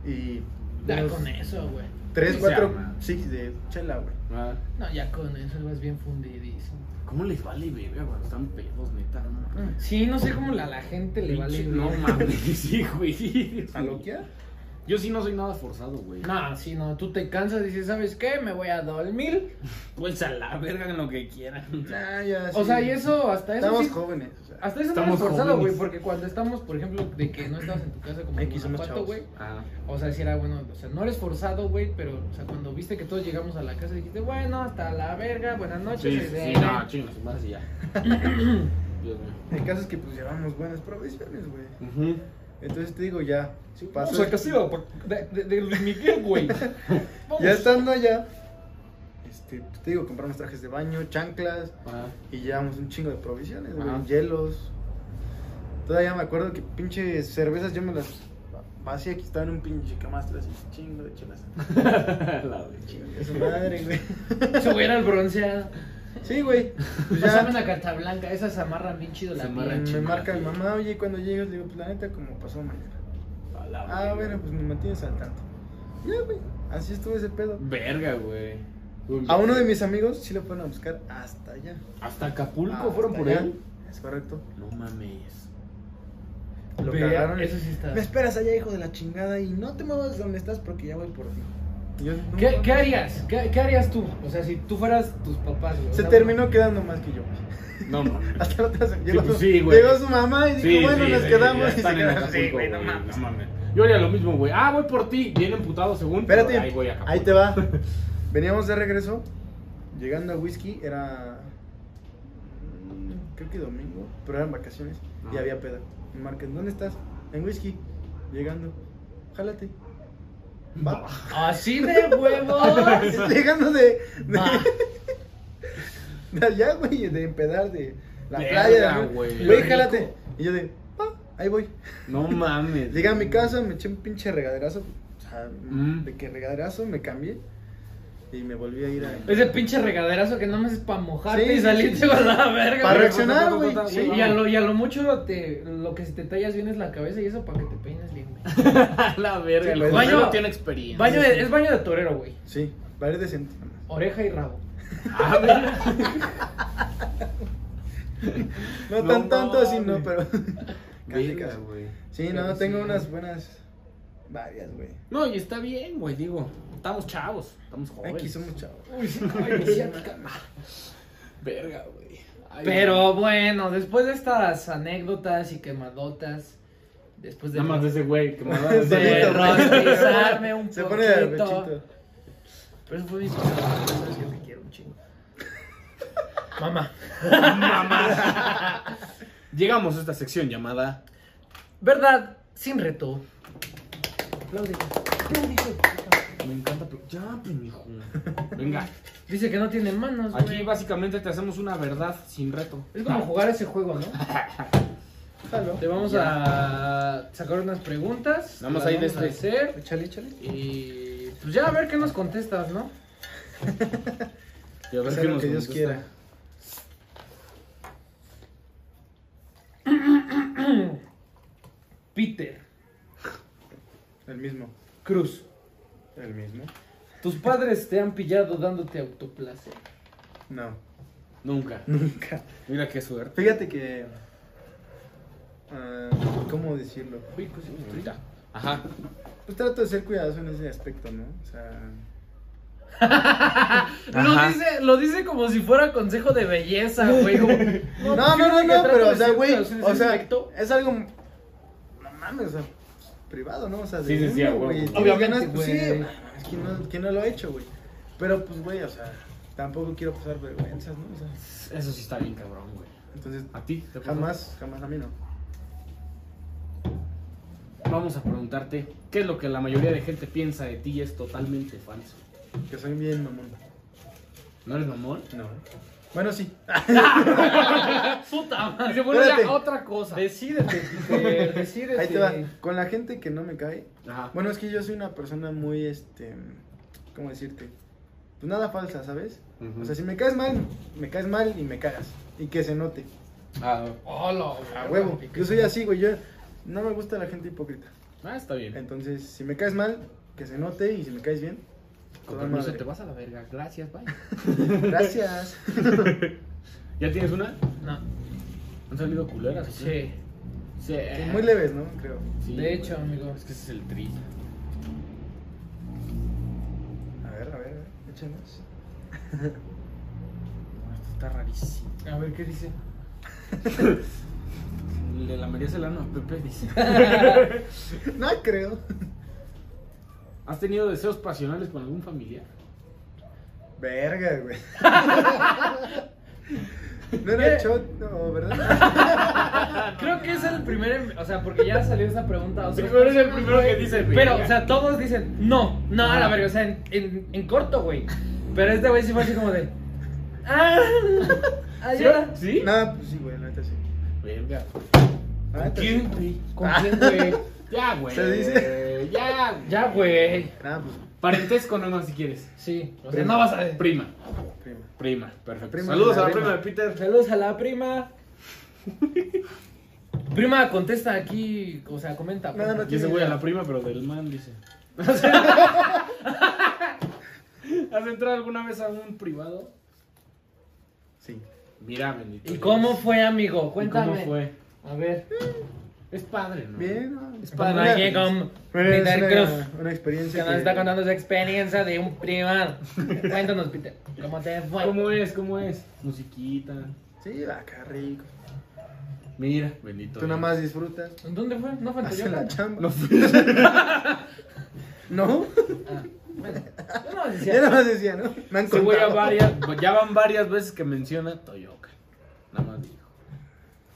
Speaker 3: Y
Speaker 1: Ya
Speaker 3: unos
Speaker 1: con eso, güey.
Speaker 3: 3,
Speaker 2: Sí,
Speaker 3: 4
Speaker 2: se arma.
Speaker 3: six de chela, güey.
Speaker 2: Ah.
Speaker 1: No, ya con eso vas bien fundidísimo.
Speaker 2: ¿Cómo les vale verga cuando están pedos, neta? No
Speaker 3: Mm.
Speaker 2: mames.
Speaker 1: Sí, no sé cómo la, la gente le vale.
Speaker 2: Pinche- no
Speaker 1: verga.
Speaker 2: mames, sí, güey.
Speaker 3: ¿A lo que?
Speaker 2: Yo sí no soy nada forzado, güey.
Speaker 1: No, sí, no. Tú te cansas y dices, ¿sabes qué? Me voy a dormir.
Speaker 2: Pues a la verga en lo que quieran.
Speaker 3: Nah, ya,
Speaker 1: O
Speaker 3: sí.
Speaker 1: sea, y eso, hasta eso.
Speaker 3: Estamos
Speaker 1: sí-
Speaker 3: jóvenes. O sea,
Speaker 1: Hasta eso no es
Speaker 2: Estamos
Speaker 1: forzado, güey,
Speaker 2: jóvenes.
Speaker 1: porque cuando estamos, por ejemplo, de que no estabas en tu casa como en
Speaker 3: X, somos
Speaker 1: Guanajuato,
Speaker 3: chavos.
Speaker 1: güey.
Speaker 2: Ah,
Speaker 1: O sea, si era bueno, o sea, no eres forzado, güey, pero, o sea, cuando viste que todos llegamos a la casa, dijiste, bueno, hasta la verga, buenas noches.
Speaker 2: sí, sí,
Speaker 1: se
Speaker 2: sí,
Speaker 1: ven".
Speaker 2: no, chingos, más y ya. Dios mío.
Speaker 3: el caso es que pues llevamos buenas provisiones, güey.
Speaker 2: Ujú.
Speaker 3: Entonces te digo, ya, pasó.
Speaker 5: Vamos a Castillo pa- de, de, de Luis Miguel, güey.
Speaker 3: ya estando allá, este, pues, te digo, compramos trajes de baño, chanclas
Speaker 2: Ah,
Speaker 3: y llevamos un chingo de provisiones, güey,
Speaker 2: Ajá.
Speaker 3: hielos. Todavía me acuerdo que pinches cervezas yo me las vacía aquí estaba en un pinche camastro así, chingo de chelas.
Speaker 2: la verga.
Speaker 3: Chingue su madre, güey.
Speaker 1: Se hubiera el bronceado.
Speaker 3: Sí, güey. Pues ya.
Speaker 1: Pasame ah. una carta blanca, esa se amarran bien chido la
Speaker 2: Se amarran
Speaker 1: piel.
Speaker 3: Me
Speaker 2: chingada,
Speaker 3: marca mi
Speaker 2: güey.
Speaker 3: mamá, oye, cuando llegas, le digo, pues la neta, como pasó mañana.
Speaker 2: A la
Speaker 3: Ah, bueno, pues me mantienes al tanto. Ya, güey, así estuvo ese pedo.
Speaker 2: Verga, güey.
Speaker 3: A uno de mis amigos sí lo fueron a buscar hasta allá.
Speaker 2: Hasta Acapulco
Speaker 3: Hasta
Speaker 2: fueron por
Speaker 3: Ah, allá.
Speaker 2: él.
Speaker 3: Es correcto.
Speaker 2: No mames.
Speaker 3: Lo
Speaker 1: Ver-
Speaker 3: cagaron.
Speaker 1: Eso sí está.
Speaker 3: Me esperas allá, hijo de la chingada, y no te muevas de donde estás porque ya voy por ti. Y yo, no,
Speaker 1: ¿Qué,
Speaker 3: no.
Speaker 1: qué harías? ¿Qué, qué harías tú? O sea, si tú fueras tus papás, güey. o
Speaker 3: Se
Speaker 1: sea,
Speaker 3: terminó quedando más que yo.
Speaker 2: No mames.
Speaker 3: Hasta la otra semana. Llegó,
Speaker 2: pues
Speaker 3: su-
Speaker 2: sí, güey.
Speaker 3: llegó su mamá y dijo, bueno,
Speaker 2: sí,
Speaker 3: nos
Speaker 2: sí,
Speaker 3: quedamos.
Speaker 2: ya
Speaker 3: Y se
Speaker 2: están en
Speaker 3: quedaron.
Speaker 2: Acapulco,
Speaker 3: Sí, güey, no
Speaker 2: güey,
Speaker 3: mames.
Speaker 2: no mames. Yo haría lo mismo, güey. Ah, voy por ti. Bien emputado según. pero
Speaker 3: Espérate,
Speaker 2: Ahí, voy a Acapulco.
Speaker 3: ahí te va. Veníamos de regreso, llegando a Whisky, era. mm, Creo que domingo, pero eran vacaciones y
Speaker 2: Ah.
Speaker 3: había peda. Me marcan, ¿dónde estás? En Whisky, llegando. Jálate. Va.
Speaker 1: Así de huevos.
Speaker 3: llegando de. De,
Speaker 1: Va.
Speaker 3: de allá, güey, de empedar, de la
Speaker 2: Verga,
Speaker 3: playa. ¿no?
Speaker 2: güey.
Speaker 3: Güey,
Speaker 1: Lo
Speaker 3: jálate.
Speaker 1: rico.
Speaker 3: Y yo de. "Va, ahí voy.
Speaker 2: No mames.
Speaker 3: Llegué a mi casa, me eché un pinche regaderazo. O sea,
Speaker 2: Mm.
Speaker 3: de que regaderazo me cambié. Y me volví a ir a.
Speaker 1: Ese pinche regaderazo que nada más es para mojarte
Speaker 3: Sí,
Speaker 1: y
Speaker 3: sí,
Speaker 1: salirte
Speaker 3: sí.
Speaker 1: con la verga.
Speaker 3: Para
Speaker 1: güey.
Speaker 3: reaccionar, güey.
Speaker 1: Sí, y, a lo, y a lo mucho lo, te, lo que se te tallas bien es la cabeza y eso para que te peines bien. güey.
Speaker 2: la verga.
Speaker 3: Sí,
Speaker 2: el
Speaker 3: pues,
Speaker 2: baño
Speaker 1: baño-
Speaker 2: tiene experiencia.
Speaker 1: Baño de- es baño de torero, güey.
Speaker 3: Sí. Pared de centímetros.
Speaker 1: Oreja y rabo.
Speaker 3: No,
Speaker 2: No
Speaker 3: tan tanto así, no,
Speaker 2: mames.
Speaker 3: pero. casi,
Speaker 4: Verga,
Speaker 3: casi.
Speaker 4: güey.
Speaker 3: Sí,
Speaker 2: Pero
Speaker 3: no, tengo
Speaker 2: sí.
Speaker 3: unas buenas. Varias, güey.
Speaker 2: No, y está bien, güey, digo. Estamos chavos, estamos jóvenes.
Speaker 3: Aquí somos chavos.
Speaker 1: Uy, sí, ay, me siento-
Speaker 2: Verga, güey. Ay,
Speaker 1: Pero bueno, después de estas anécdotas y quemadotas, después de,
Speaker 2: Nada más pues, de ese güey que me va a
Speaker 3: Solito,
Speaker 1: de
Speaker 3: güey.
Speaker 1: rostizarme un
Speaker 3: Se pone de
Speaker 1: poquito.
Speaker 3: pechito.
Speaker 1: Pero eso fue mi pasado, sabes que te quiero un chingo. Mamá.
Speaker 2: Llegamos a esta sección llamada.
Speaker 1: Verdad sin reto. Aplaude.
Speaker 2: Me encanta, pero. Ya, pendejo. Venga.
Speaker 1: Dice que no tiene manos,
Speaker 2: Aquí
Speaker 1: Pues, güey.
Speaker 2: básicamente te hacemos una verdad sin reto. Ah,
Speaker 1: Es como jugar ese juego, ¿no?
Speaker 3: Jalo.
Speaker 1: Te vamos a sacar unas preguntas.
Speaker 2: Nada más
Speaker 1: las
Speaker 2: ahí de
Speaker 1: vamos a
Speaker 2: este.
Speaker 1: hacer,
Speaker 3: Échale, échale.
Speaker 1: Y pues ya a ver qué nos contestas, ¿no?
Speaker 2: Y a
Speaker 3: Que
Speaker 2: ver
Speaker 3: sea
Speaker 2: qué
Speaker 3: lo
Speaker 2: nos
Speaker 3: que Dios
Speaker 2: contesta.
Speaker 3: quiera.
Speaker 1: Peter
Speaker 3: El mismo.
Speaker 1: Cruz.
Speaker 3: El mismo.
Speaker 1: ¿Tus padres te han pillado dándote autoplacer?
Speaker 3: No,
Speaker 2: Nunca.
Speaker 3: nunca.
Speaker 2: Mira qué suerte.
Speaker 3: Fíjate que. ah, ¿Cómo decirlo?
Speaker 1: Uy, pues, estoy-
Speaker 2: Mira. Ajá.
Speaker 3: Pues trato de ser cuidadoso en ese aspecto, ¿no? O sea.
Speaker 1: Lo dice, lo dice como si fuera consejo de belleza, güey. como-
Speaker 3: No,
Speaker 1: pues,
Speaker 3: no, no,
Speaker 1: fíjate que
Speaker 3: no,
Speaker 1: trato
Speaker 3: pero,
Speaker 1: de
Speaker 3: o sea,
Speaker 1: ser
Speaker 3: güey.
Speaker 1: cuidadoso en
Speaker 3: O
Speaker 1: ese
Speaker 3: sea,
Speaker 1: aspecto.
Speaker 3: es algo. No mames, o sea, privado, ¿no? O sea, de
Speaker 2: Sí, sí, sí, a huevo.
Speaker 3: uno, güey. Tienes
Speaker 1: Obviamente,
Speaker 3: ganas, pues,
Speaker 1: güey.
Speaker 3: sí, es que no, ¿quién no lo ha hecho, güey? Pero, pues, güey, o sea, tampoco quiero pasar vergüenzas, ¿no? O sea,
Speaker 2: Eso sí está bien, cabrón, güey.
Speaker 3: entonces,
Speaker 2: ¿A ti? ¿Te pasó?
Speaker 3: jamás, jamás a mí no.
Speaker 2: Vamos a preguntarte qué es lo que la mayoría de gente piensa de ti y es totalmente falso.
Speaker 3: Que soy bien mamón.
Speaker 2: ¿No eres mamón?
Speaker 3: No. Bueno, sí.
Speaker 1: Puta madre.
Speaker 2: Dice, bueno, ya,
Speaker 3: Espérate.
Speaker 2: otra cosa.
Speaker 1: Decídete, Peter, decídete.
Speaker 3: Ahí te va. Con la gente que no me cae.
Speaker 2: Ajá.
Speaker 3: Bueno, es que yo soy una persona muy, este. ¿Cómo decirte? Pues nada falsa, ¿sabes?
Speaker 2: Ujú.
Speaker 3: O sea, si me caes mal, me caes mal y me cagas. Y que se note.
Speaker 2: Ah,
Speaker 1: Hola,
Speaker 3: A huevo. Yo soy así, güey. Yo no me gusta la gente hipócrita.
Speaker 2: ah, está bien.
Speaker 3: Entonces, si me caes mal, que se note. Y si me caes bien,
Speaker 2: Con
Speaker 3: toda
Speaker 2: permiso,
Speaker 3: madre.
Speaker 2: te vas a la verga. Gracias, bye.
Speaker 3: Gracias.
Speaker 2: ¿Ya tienes una?
Speaker 1: No,
Speaker 2: ¿Han salido culeras? o qué?
Speaker 1: sí.
Speaker 2: Sí.
Speaker 3: Muy leves, ¿no? Creo.
Speaker 2: Sí,
Speaker 1: De
Speaker 2: güey.
Speaker 1: hecho, amigo.
Speaker 2: Es que ese es el tri.
Speaker 3: A ver, a ver, a ver. Échanos.
Speaker 2: Esto está rarísimo.
Speaker 1: A ver qué dice.
Speaker 2: Le lamerías el ano a Pepe, dice.
Speaker 3: No creo.
Speaker 2: ¿Has tenido deseos pasionales con algún familiar?
Speaker 3: Verga, güey. No era
Speaker 1: ¿Qué?
Speaker 3: shot, no, ¿verdad?
Speaker 1: Creo que es el primer. en- O sea, porque ya salió esa pregunta. O sea,
Speaker 2: Pero eres el primero que dice,
Speaker 1: Pero, o sea, todos dicen, no, no, a la verga, o sea, en, en, en corto, güey. Pero este güey sí fue así como de. Ah,
Speaker 2: ¿Sí?
Speaker 1: ayer.
Speaker 2: ¿Sí?
Speaker 3: Nada, pues sí, güey, la neta sí. Ah,
Speaker 2: Verga.
Speaker 3: La neta sí.
Speaker 2: ¿Quién, güey? ¿Con quién, güey? Ya, güey.
Speaker 3: Se dice.
Speaker 2: Ya, güey.
Speaker 1: Ya, güey.
Speaker 3: Nada, pues
Speaker 2: Parentesco nomás si quieres.
Speaker 1: Sí, o sea,
Speaker 3: Prima.
Speaker 1: no vas a decir.
Speaker 2: Prima.
Speaker 3: prima.
Speaker 2: Prima, perfecto.
Speaker 3: Prima,
Speaker 2: Saludos
Speaker 3: la
Speaker 2: a la
Speaker 3: prima.
Speaker 2: prima de Peter.
Speaker 1: Saludos a la prima. Prima, contesta aquí, o sea, comenta.
Speaker 3: Nada más.
Speaker 2: Yo se voy a la prima, pero del man, dice. ¿Has entrado alguna vez a un privado?
Speaker 3: Sí.
Speaker 2: Mira, bendito.
Speaker 1: ¿Y
Speaker 2: Dios.
Speaker 1: cómo fue, amigo?
Speaker 2: ¿Y
Speaker 1: Cuéntame.
Speaker 2: ¿Cómo fue?
Speaker 1: A ver.
Speaker 2: Es padre, ¿no?
Speaker 3: Bien, no.
Speaker 2: Es
Speaker 1: Para
Speaker 2: Mira,
Speaker 1: Jacob
Speaker 3: Bueno, es
Speaker 1: Peter Cruz.
Speaker 3: una, una
Speaker 1: Que
Speaker 3: experiencia.
Speaker 1: nos
Speaker 3: que-
Speaker 1: está contando su experiencia de un privado. Cuéntanos, Peter. ¿Cómo te fue?
Speaker 2: ¿Cómo es? ¿Cómo es? Musiquita.
Speaker 3: Sí, acá rico.
Speaker 2: Mira, bendito.
Speaker 3: Tú nada
Speaker 2: Dios.
Speaker 3: más disfrutas.
Speaker 1: ¿Dónde fue? No fue en
Speaker 3: Haces la
Speaker 1: Toyota.
Speaker 3: chamba.
Speaker 2: No
Speaker 3: No.
Speaker 1: Ah, bueno. Yo no decía.
Speaker 3: Ya nada más decía, ¿no? Me han
Speaker 2: Ese güey ya,
Speaker 3: contado.
Speaker 2: varias, ya van varias veces que menciona Toyoka. Nada más dijo.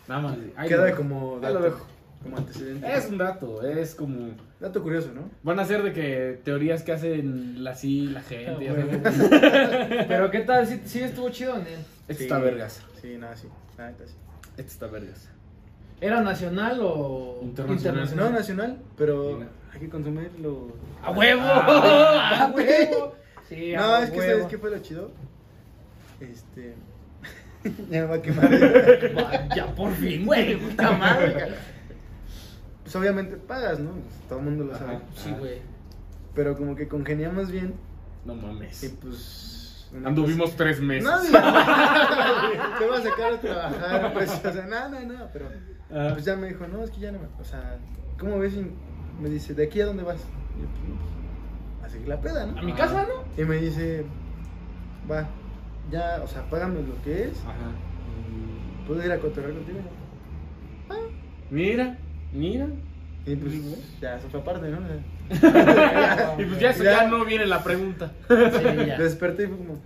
Speaker 2: Nada más dijo. Ahí lo
Speaker 3: Queda
Speaker 2: dejo.
Speaker 3: como
Speaker 2: Ahí lo
Speaker 3: dato.
Speaker 2: dejo.
Speaker 3: Como antecedente.
Speaker 2: Es un dato, es como.
Speaker 3: Dato curioso, ¿no?
Speaker 2: Van a ser de que teorías que hacen la sí, la gente.
Speaker 3: Ah,
Speaker 2: ya
Speaker 1: Bueno.
Speaker 2: sabes.
Speaker 1: Pero qué tal, sí, sí estuvo chido, ¿no?
Speaker 2: Esto
Speaker 3: Sí.
Speaker 2: está vergas.
Speaker 3: Sí, nada, sí. La neta, sí.
Speaker 2: Esto está vergas.
Speaker 1: ¿Era nacional o
Speaker 2: Internacional.
Speaker 3: No,
Speaker 1: internacional?
Speaker 3: nacional, pero hay que consumirlo.
Speaker 1: ¡A huevo!
Speaker 2: Ah,
Speaker 1: ¡A huevo! Sí, a
Speaker 3: No, es que
Speaker 1: huevo.
Speaker 3: ¿sabes qué fue lo chido? Este. ya me va a quemar.
Speaker 1: Ya por fin, güey, puta madre.
Speaker 3: pues obviamente pagas, ¿no? Pues todo el mundo lo sabe.
Speaker 1: Sí, güey.
Speaker 3: Pero como que congeniamos bien.
Speaker 2: No mames.
Speaker 3: Y pues. una
Speaker 2: Anduvimos tres
Speaker 3: cosa-
Speaker 2: meses.
Speaker 3: No, digo, te va a sacar a trabajar, pues, o sea, no, no, no, pero.
Speaker 2: Ah,
Speaker 3: Pues ya me dijo, no, es que ya no me. O sea, ¿cómo ves? si me dice, ¿de aquí a dónde vas? Y yo, pues, a seguir la peda,
Speaker 1: A
Speaker 3: ¿no?
Speaker 1: mi casa, ¿no?
Speaker 3: Y me dice, va, ya, o sea, págame lo que es.
Speaker 2: Ajá.
Speaker 3: y ¿Puedo ir a cotorrear contigo?
Speaker 2: Mira, mira.
Speaker 3: Y pues, ya, eso fue aparte, ¿no? O sea,
Speaker 2: Y pues ya, eso ya no viene la pregunta.
Speaker 1: Ah, Sí, ya.
Speaker 3: Desperté y fue como,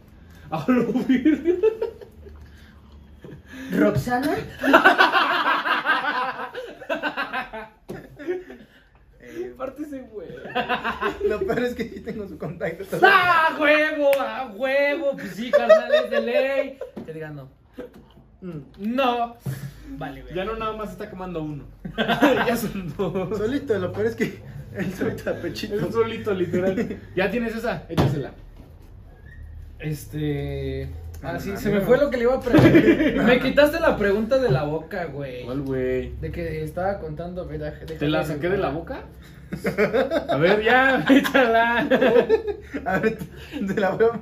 Speaker 2: A lo virgen.
Speaker 1: ¿Roxana?
Speaker 3: eh,
Speaker 2: Aparte ese güey.
Speaker 3: lo peor es que sí tengo su contacto. todavía.
Speaker 1: ¡Ah, huevo! ¡Ah, huevo! Pues sí, carnal, es de ley. Te digan no.
Speaker 3: Mm,
Speaker 1: No. Vale, güey.
Speaker 2: Ya no nada más está quemando uno. ya son dos.
Speaker 3: Solito, lo peor es que él solito a pechito.
Speaker 2: Es un solito, literal. Ya tienes esa, échasela.
Speaker 1: Este. Ah, sí,
Speaker 3: Ah,
Speaker 1: se me
Speaker 3: mira.
Speaker 1: fue lo que le iba a preguntar. me quitaste la pregunta de la boca, güey.
Speaker 2: ¿Cuál, güey?
Speaker 1: De que estaba contando, mira, déjame-
Speaker 2: ¿Te la saqué de la boca? A ver, ya, échala.
Speaker 3: A ver, de la broma.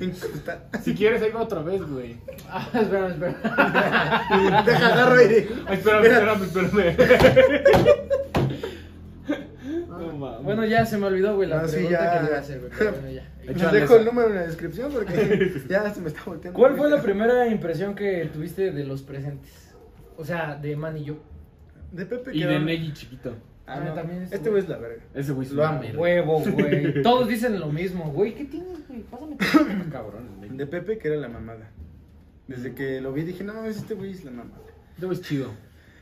Speaker 3: Incrusta.
Speaker 2: Si quieres, ahí va otra vez, güey.
Speaker 1: Ah, espérame, espérame.
Speaker 3: Deja agarro y digo,
Speaker 2: Ay, espérame, espérame, espérame. No mames.
Speaker 1: Bueno, ya se me olvidó, güey, la
Speaker 3: No, sí,
Speaker 1: pregunta
Speaker 3: ya.
Speaker 1: que le iba a hacer, güey. pero bueno, ya.
Speaker 3: Les dejo el número en la descripción porque ya se me está volteando.
Speaker 1: ¿Cuál fue la primera impresión que tuviste de los presentes? O sea, de Man y yo.
Speaker 3: De Pepe
Speaker 2: Y
Speaker 3: que
Speaker 2: de Neji chiquito.
Speaker 3: Ah,
Speaker 1: Ah,
Speaker 3: no.
Speaker 1: también es-
Speaker 3: Este güey es la verga.
Speaker 2: Ese güey es
Speaker 3: Lo
Speaker 2: una
Speaker 3: amo.
Speaker 2: verga.
Speaker 1: Huevo, güey. Todos dicen lo mismo, güey. ¿Qué tienes, güey? Pásame tu
Speaker 2: Cabrón, el Neji.
Speaker 3: De Pepe que era la mamada. Desde que lo vi dije, no mames, este güey es la mamada.
Speaker 2: Ese güey es chido.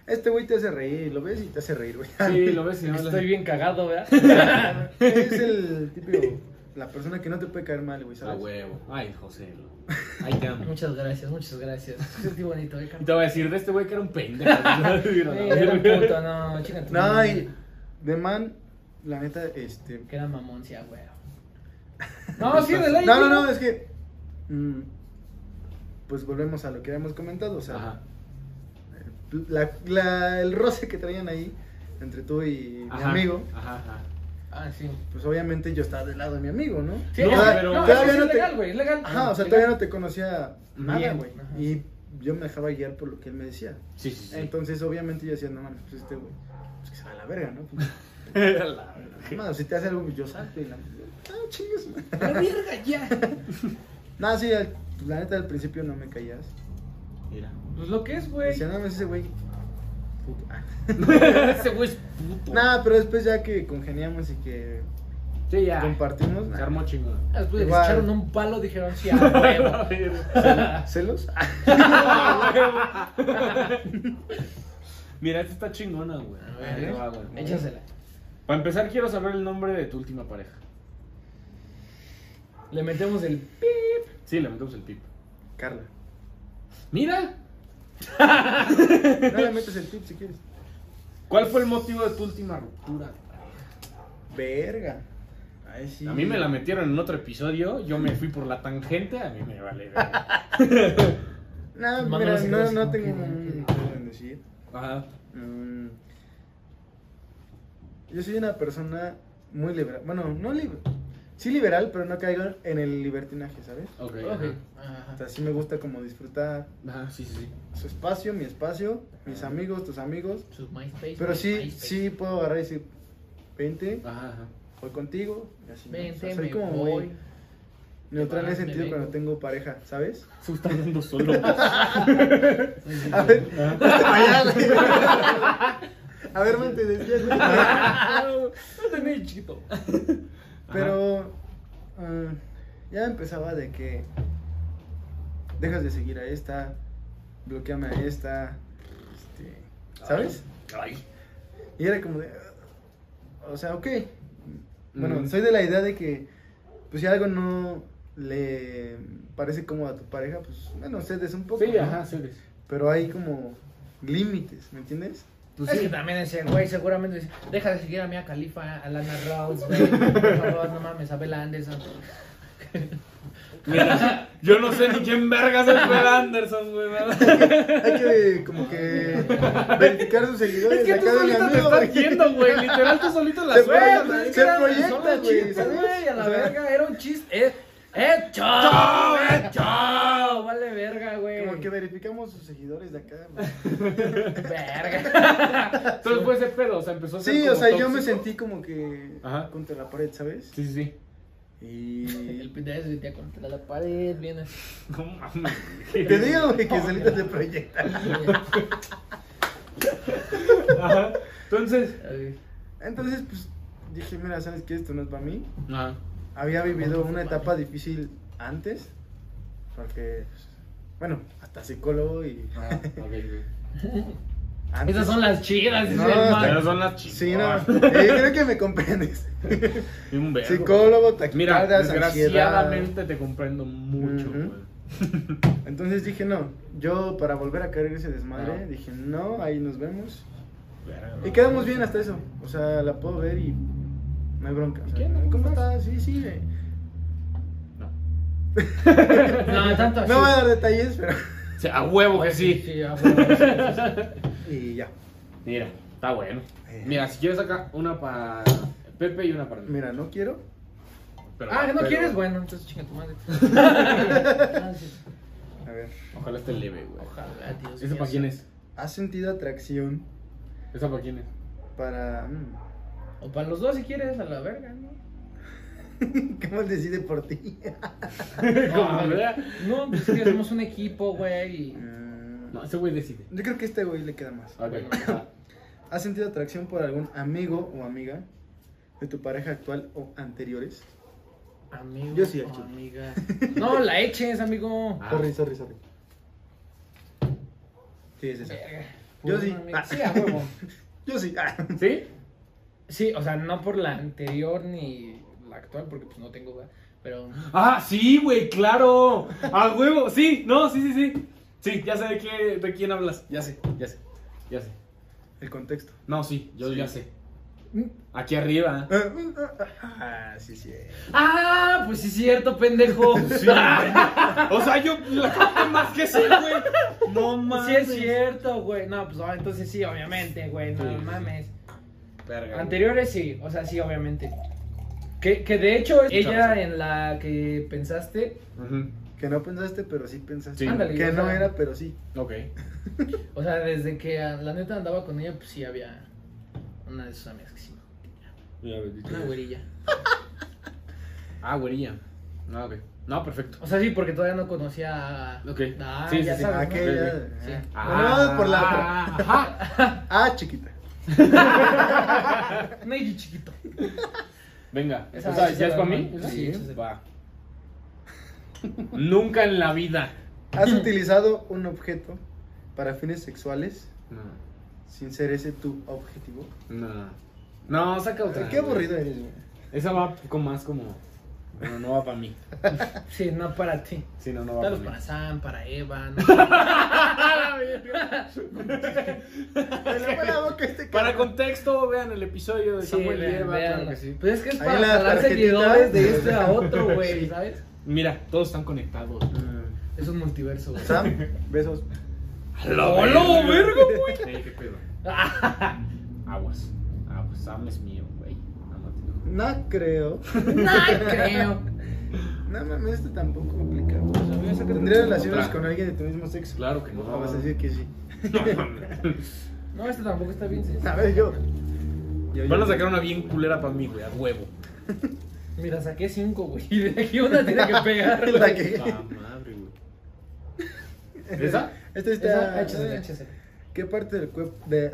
Speaker 3: Este güey te hace reír, lo ves y te hace reír, güey.
Speaker 2: Sí, lo ves y no
Speaker 1: Estoy bien cagado, ¿verdad?
Speaker 3: Es el típico, la persona que no te puede caer mal, güey,
Speaker 2: A
Speaker 3: ¿sabes?
Speaker 2: huevo. Ay, José. lo- Ay, te amo.
Speaker 1: Muchas gracias, muchas gracias. Sentí bonito, ¿eh,
Speaker 2: Y te
Speaker 1: carnal?
Speaker 2: voy a decir de este güey que era un pendejo.
Speaker 1: Eh, Era un puto, no, chinga tu
Speaker 3: No,
Speaker 1: madre.
Speaker 3: y de man, la neta, este...
Speaker 1: Que era mamón, sí, a huevo. No, sí, de ley.
Speaker 3: No, no,
Speaker 1: güey.
Speaker 3: no, es que... mm, pues volvemos a lo que habíamos comentado, o sea,
Speaker 2: Ajá.
Speaker 3: la- la- el roce que traían ahí entre tú y
Speaker 2: Ajá.
Speaker 3: mi amigo,
Speaker 2: Ajá, ajá.
Speaker 1: Ah, sí.
Speaker 3: pues obviamente yo estaba del lado de mi amigo, ¿no?
Speaker 1: Sí,
Speaker 2: No,
Speaker 1: es-
Speaker 2: pero-
Speaker 1: no,
Speaker 3: todavía
Speaker 1: es
Speaker 3: no te-
Speaker 1: legal, güey, es legal.
Speaker 3: Ajá, o sea, todavía no te conocía nada,
Speaker 1: Bien,
Speaker 3: güey.
Speaker 1: ajá.
Speaker 3: Y yo me dejaba guiar por lo que él me decía.
Speaker 2: Sí, sí, sí.
Speaker 3: Entonces, obviamente, yo decía, no mames, pues este güey, pues que se va a la verga, ¿no? Pues,
Speaker 2: La verga.
Speaker 3: madre, si te hace algo, pues yo salto y la. Ah, chingas, madre.
Speaker 1: La verga, ya.
Speaker 3: No, sí, al- la neta, al principio no me callas.
Speaker 2: Mira.
Speaker 1: Pues lo que es, güey.
Speaker 3: Decía, no mames, ese güey. puto". Ah.
Speaker 2: Ese güey es puto.
Speaker 3: Nada, pero después ya que congeniamos y que
Speaker 2: Sí, ya.
Speaker 3: compartimos.
Speaker 2: Se
Speaker 3: nah.
Speaker 2: armó chingón.
Speaker 1: Después les
Speaker 3: Igual.
Speaker 1: echaron un palo, dijeron, sí, a huevo.
Speaker 3: ¿Celos? Ah,
Speaker 2: Mira, esta está chingona, güey.
Speaker 1: A
Speaker 2: Ahí
Speaker 1: ver, ¿eh?
Speaker 2: va, güey.
Speaker 1: échasela.
Speaker 2: Para empezar, quiero saber el nombre de tu última pareja.
Speaker 1: Le metemos el pip.
Speaker 2: Sí, le metemos el pip.
Speaker 3: Carla.
Speaker 2: Mira,
Speaker 3: No le metes el tip si quieres.
Speaker 2: ¿cuál fue el motivo de tu última ruptura?
Speaker 3: Verga. Ay, sí.
Speaker 2: A mí me la metieron en otro episodio, yo me fui por la tangente, a mí me vale. verga.
Speaker 3: No,
Speaker 1: Mando
Speaker 3: mira,
Speaker 1: los
Speaker 3: no,
Speaker 1: celos,
Speaker 3: no
Speaker 1: como
Speaker 3: tengo
Speaker 1: que-
Speaker 3: un- ¿cómo decir?
Speaker 2: Ajá.
Speaker 3: Mm, Yo soy una persona muy liberal. Bueno, no liberal. Sí liberal, pero no caigo en el libertinaje, ¿sabes?
Speaker 2: Ok.
Speaker 1: Ok.
Speaker 2: ajá.
Speaker 3: O
Speaker 1: Ajá.
Speaker 3: sea, sí me gusta como disfrutar
Speaker 2: Ajá, sí, sí, sí.
Speaker 3: su espacio, mi espacio, mis amigos, tus amigos.
Speaker 1: Sus MySpace.
Speaker 3: Pero sí,
Speaker 1: MySpace.
Speaker 3: sí puedo agarrar y decir, vente,
Speaker 2: Ajá, ajá.
Speaker 3: voy contigo. y así, ¿no? O sea,
Speaker 1: Vente,
Speaker 3: soy
Speaker 1: me
Speaker 3: como
Speaker 1: voy.
Speaker 3: muy neutral en
Speaker 1: vas,
Speaker 3: ese
Speaker 1: me
Speaker 3: sentido
Speaker 1: vengo.
Speaker 3: cuando tengo pareja, ¿sabes?
Speaker 2: Se está hablando solo.
Speaker 3: A ver, a ver, mente, desvías, güey.
Speaker 1: No tenía chiquito.
Speaker 3: Pero ah, ya empezaba de que dejas de seguir a esta, bloqueame a esta, este, ¿sabes?
Speaker 2: Ay.
Speaker 3: Y era como de, ah, o sea, ok. Bueno,
Speaker 1: Mm.
Speaker 2: Ujú.
Speaker 3: soy de la idea de que, pues si algo no le parece cómodo a tu pareja, pues bueno, cedes un poco.
Speaker 2: Sí,
Speaker 3: ¿no?
Speaker 2: ajá, sí eres.
Speaker 3: Pero hay como límites, ¿me entiendes?
Speaker 2: Pues
Speaker 1: es
Speaker 2: sí.
Speaker 1: que también ese güey seguramente dice, deja de seguir a Mia Khalifa, a Lana Rhodes, güey. Por favor, no mames, a Bella Anderson.
Speaker 2: Mira, yo no sé ni quién vergas es Fred Anderson, güey. ¿verdad?
Speaker 3: Hay que como que verificar sus seguidores.
Speaker 2: Es que tú
Speaker 3: acá de mi
Speaker 2: solito te
Speaker 3: amigo,
Speaker 2: estás yendo, güey. Literal, tú solito la
Speaker 3: Se
Speaker 2: sueltas.
Speaker 3: fue,
Speaker 2: güey.
Speaker 3: se
Speaker 1: Era-
Speaker 3: proyecta,
Speaker 1: son los
Speaker 3: güey,
Speaker 1: chistes,
Speaker 3: ¿sabes?
Speaker 1: güey, a la
Speaker 3: O sea-
Speaker 1: verga, era un chiste. ¡Eh! ¡Eh! ¡Chao! ¡Eh! ¡Chao! Vale verga, güey.
Speaker 3: Como que verificamos sus seguidores de acá. güey.
Speaker 1: Verga.
Speaker 2: Entonces fue ese pedo, o sea, empezó a ser
Speaker 3: Sí, o
Speaker 2: como
Speaker 3: sea, yo
Speaker 2: tóxico.
Speaker 3: me sentí como que
Speaker 2: Ajá.
Speaker 3: contra la pared, ¿sabes?
Speaker 2: Sí, sí, sí.
Speaker 1: El
Speaker 3: Y
Speaker 1: pendejo se metía contra la pared, bien así.
Speaker 2: No mames.
Speaker 3: te digo güey, que solito se proyecta.
Speaker 2: Ajá. Entonces.
Speaker 1: Así.
Speaker 3: Entonces, pues dije, mira, ¿sabes qué? Esto no es para mí.
Speaker 2: Ajá.
Speaker 3: Había vivido una etapa difícil antes, porque, pues, bueno, hasta psicólogo y...
Speaker 2: Ah, ok, güey.
Speaker 3: antes-
Speaker 1: Esas son las chidas, dice
Speaker 3: Ah, No,
Speaker 1: el
Speaker 3: está-
Speaker 1: man.
Speaker 2: Pero son las chicas.
Speaker 3: Sí, no, eh, creo que me comprendes.
Speaker 2: Un verbo.
Speaker 3: Psicólogo,
Speaker 2: Mira,
Speaker 3: taquicardias, ansiedad.
Speaker 2: desgraciadamente te comprendo mucho,
Speaker 3: Ujú.
Speaker 2: güey.
Speaker 3: Entonces dije, no, yo para volver a caer en ese desmadre,
Speaker 2: Ah.
Speaker 3: dije, no, ahí nos vemos.
Speaker 2: Verga,
Speaker 3: Y quedamos bien hasta eso. O sea, la puedo ver y no hay bronca. O sea,
Speaker 2: ¿Qué? ¿No
Speaker 3: ¿Cómo estás? Sí, sí. eh.
Speaker 2: No.
Speaker 1: No, tanto así.
Speaker 3: No voy a dar detalles, pero...
Speaker 2: O sea, a huevo que sí.
Speaker 1: Sí, a huevo.
Speaker 3: Y ya. Eh,
Speaker 2: Mira, está bueno. Mira, si quieres acá una para Pepe y una para mí.
Speaker 3: Mira, no quiero.
Speaker 2: Pero-
Speaker 1: Ah, que no
Speaker 2: pero-
Speaker 1: quieres, bueno, entonces chinga tu madre. Ah, sí.
Speaker 3: A ver.
Speaker 2: Ojalá esté leve, güey.
Speaker 1: Ojalá, Dios
Speaker 2: ¿Esa
Speaker 1: mío.
Speaker 2: para quién es?
Speaker 3: ¿Has sentido atracción
Speaker 2: ¿Esa para quién es?
Speaker 3: para... mm,
Speaker 1: O para los dos si quieres, a la verga, ¿no?
Speaker 3: ¿Cómo decide por ti?
Speaker 2: Como,
Speaker 1: Ah,
Speaker 2: ¿verdad?
Speaker 1: No, pues es que somos un equipo, güey. y-
Speaker 3: Mm,
Speaker 2: No, ese güey decide.
Speaker 3: Yo creo que a este güey le queda más.
Speaker 2: Ok, ajá.
Speaker 3: ¿Has sentido atracción por algún amigo o amiga de tu pareja actual o anteriores?
Speaker 1: Amigo.
Speaker 3: Yo sí,
Speaker 1: o
Speaker 3: aquí.
Speaker 1: amiga. No, la eches, amigo.
Speaker 2: Ah.
Speaker 3: Sorry, sorry, sorry. Sí, es esa.
Speaker 1: Verga.
Speaker 3: Yo
Speaker 1: Puro
Speaker 3: sí.
Speaker 1: amigo.
Speaker 3: Ah.
Speaker 1: Sí, a huevo.
Speaker 3: Yo sí. Ah.
Speaker 2: ¿Sí?
Speaker 1: Sí, o sea, no por la anterior ni la actual, porque pues no tengo, güey. Pero.
Speaker 2: Ah, sí, güey, claro. A huevo, sí, no, sí, sí, sí. Sí, ya sé de, qué, de quién hablas. Ya sé, ya sé, ya sé.
Speaker 3: El contexto.
Speaker 2: No, sí, yo
Speaker 3: Sí.
Speaker 2: ya sé. Aquí arriba. ¿eh?
Speaker 3: Ah, ah, ah, ah, sí, sí.
Speaker 1: ¡Ah! Pues sí, es cierto, pendejo.
Speaker 2: Sí, güey. O sea, yo la capté más que sí, güey. No mames.
Speaker 1: Sí, es cierto, güey. No, pues ah, entonces sí, obviamente, güey. No
Speaker 2: Sí.
Speaker 1: mames.
Speaker 2: Verga, güey.
Speaker 1: Anteriores sí, o sea, sí, obviamente. Que, que de hecho, ella en la que pensaste,
Speaker 2: Ujú.
Speaker 3: Que no pensaste, pero sí pensaste.
Speaker 2: Sí.
Speaker 1: Ándale,
Speaker 3: que
Speaker 1: o
Speaker 3: no
Speaker 1: sea.
Speaker 3: era, pero sí.
Speaker 2: Ok.
Speaker 1: o sea, desde que ah, la neta andaba con ella, pues sí había una de sus amigas que sí.
Speaker 4: Ya, bendito.
Speaker 1: Una güerilla.
Speaker 2: Ah, güerilla. No, ok. No, perfecto.
Speaker 1: O sea, sí, porque todavía no conocía a.
Speaker 2: Ok.
Speaker 1: Ah,
Speaker 2: Sí, sí,
Speaker 1: ya
Speaker 2: sí.
Speaker 1: sabes, ¿no?
Speaker 3: Aquella.
Speaker 1: Sí.
Speaker 3: Ah,
Speaker 2: Ah,
Speaker 3: por la-
Speaker 2: Ajá.
Speaker 3: Ah, chiquita.
Speaker 1: Neji chiquito.
Speaker 2: Venga,
Speaker 1: Esa-
Speaker 2: o sea,
Speaker 1: esa
Speaker 2: ¿ya es
Speaker 1: la
Speaker 2: para
Speaker 1: arma.
Speaker 2: mí? ¿Esa?
Speaker 1: Sí, esa es el-
Speaker 2: va. Nunca en la vida.
Speaker 3: ¿Has
Speaker 2: Mm.
Speaker 3: utilizado un objeto para fines sexuales
Speaker 2: No,
Speaker 3: sin ser ese tu objetivo?
Speaker 2: no. No, saca otra.
Speaker 3: Qué aburrido eres, güey.
Speaker 2: Esa va con más como. No, no va para mí.
Speaker 1: Sí, no para ti.
Speaker 2: Sí, no, pues, no va para
Speaker 1: Tal vez
Speaker 2: mí.
Speaker 1: para Sam, para Eva. ¿no?
Speaker 3: Te lo voy a boca este
Speaker 2: Para
Speaker 3: cabrón.
Speaker 2: contexto, vean el episodio de
Speaker 1: Sí,
Speaker 2: Samuel y
Speaker 1: vean,
Speaker 2: Eva,
Speaker 1: vean.
Speaker 2: claro que sí.
Speaker 1: Pues es que es
Speaker 3: Ahí
Speaker 1: para
Speaker 3: la
Speaker 1: jalar
Speaker 3: tarjetita.
Speaker 1: seguidores de este a otro, güey,
Speaker 3: Sí.
Speaker 1: ¿sabes?
Speaker 2: Mira, todos están conectados.
Speaker 3: Mm.
Speaker 1: Es un multiverso, güey.
Speaker 3: Sam, besos.
Speaker 1: ¡Hola, verga,
Speaker 2: güey! Sí, qué pedo. Aguas. Aguas, Sam es mío, güey. Ámate.
Speaker 3: No creo.
Speaker 1: No creo.
Speaker 3: No mames, esto tampoco aplica.
Speaker 2: Pues,
Speaker 3: güey. Tendría relaciones
Speaker 2: Otra.
Speaker 3: con alguien de tu mismo sexo.
Speaker 2: Claro que no.
Speaker 3: No vas a decir que sí.
Speaker 1: No, este tampoco está bien. sí.
Speaker 3: A ver, yo. Yo-
Speaker 2: Van
Speaker 3: yo-
Speaker 2: a sacar una bien culera para mí, güey, a huevo.
Speaker 1: Mira, saqué cinco, güey. Y de aquí una tiene que pegar. güey.
Speaker 3: La que-
Speaker 2: La madre, güey. Ah, ¿Esa?
Speaker 3: Esta
Speaker 1: Esa,
Speaker 3: está. eh,
Speaker 1: échasela, échasela.
Speaker 3: ¿Qué parte del cuerpo de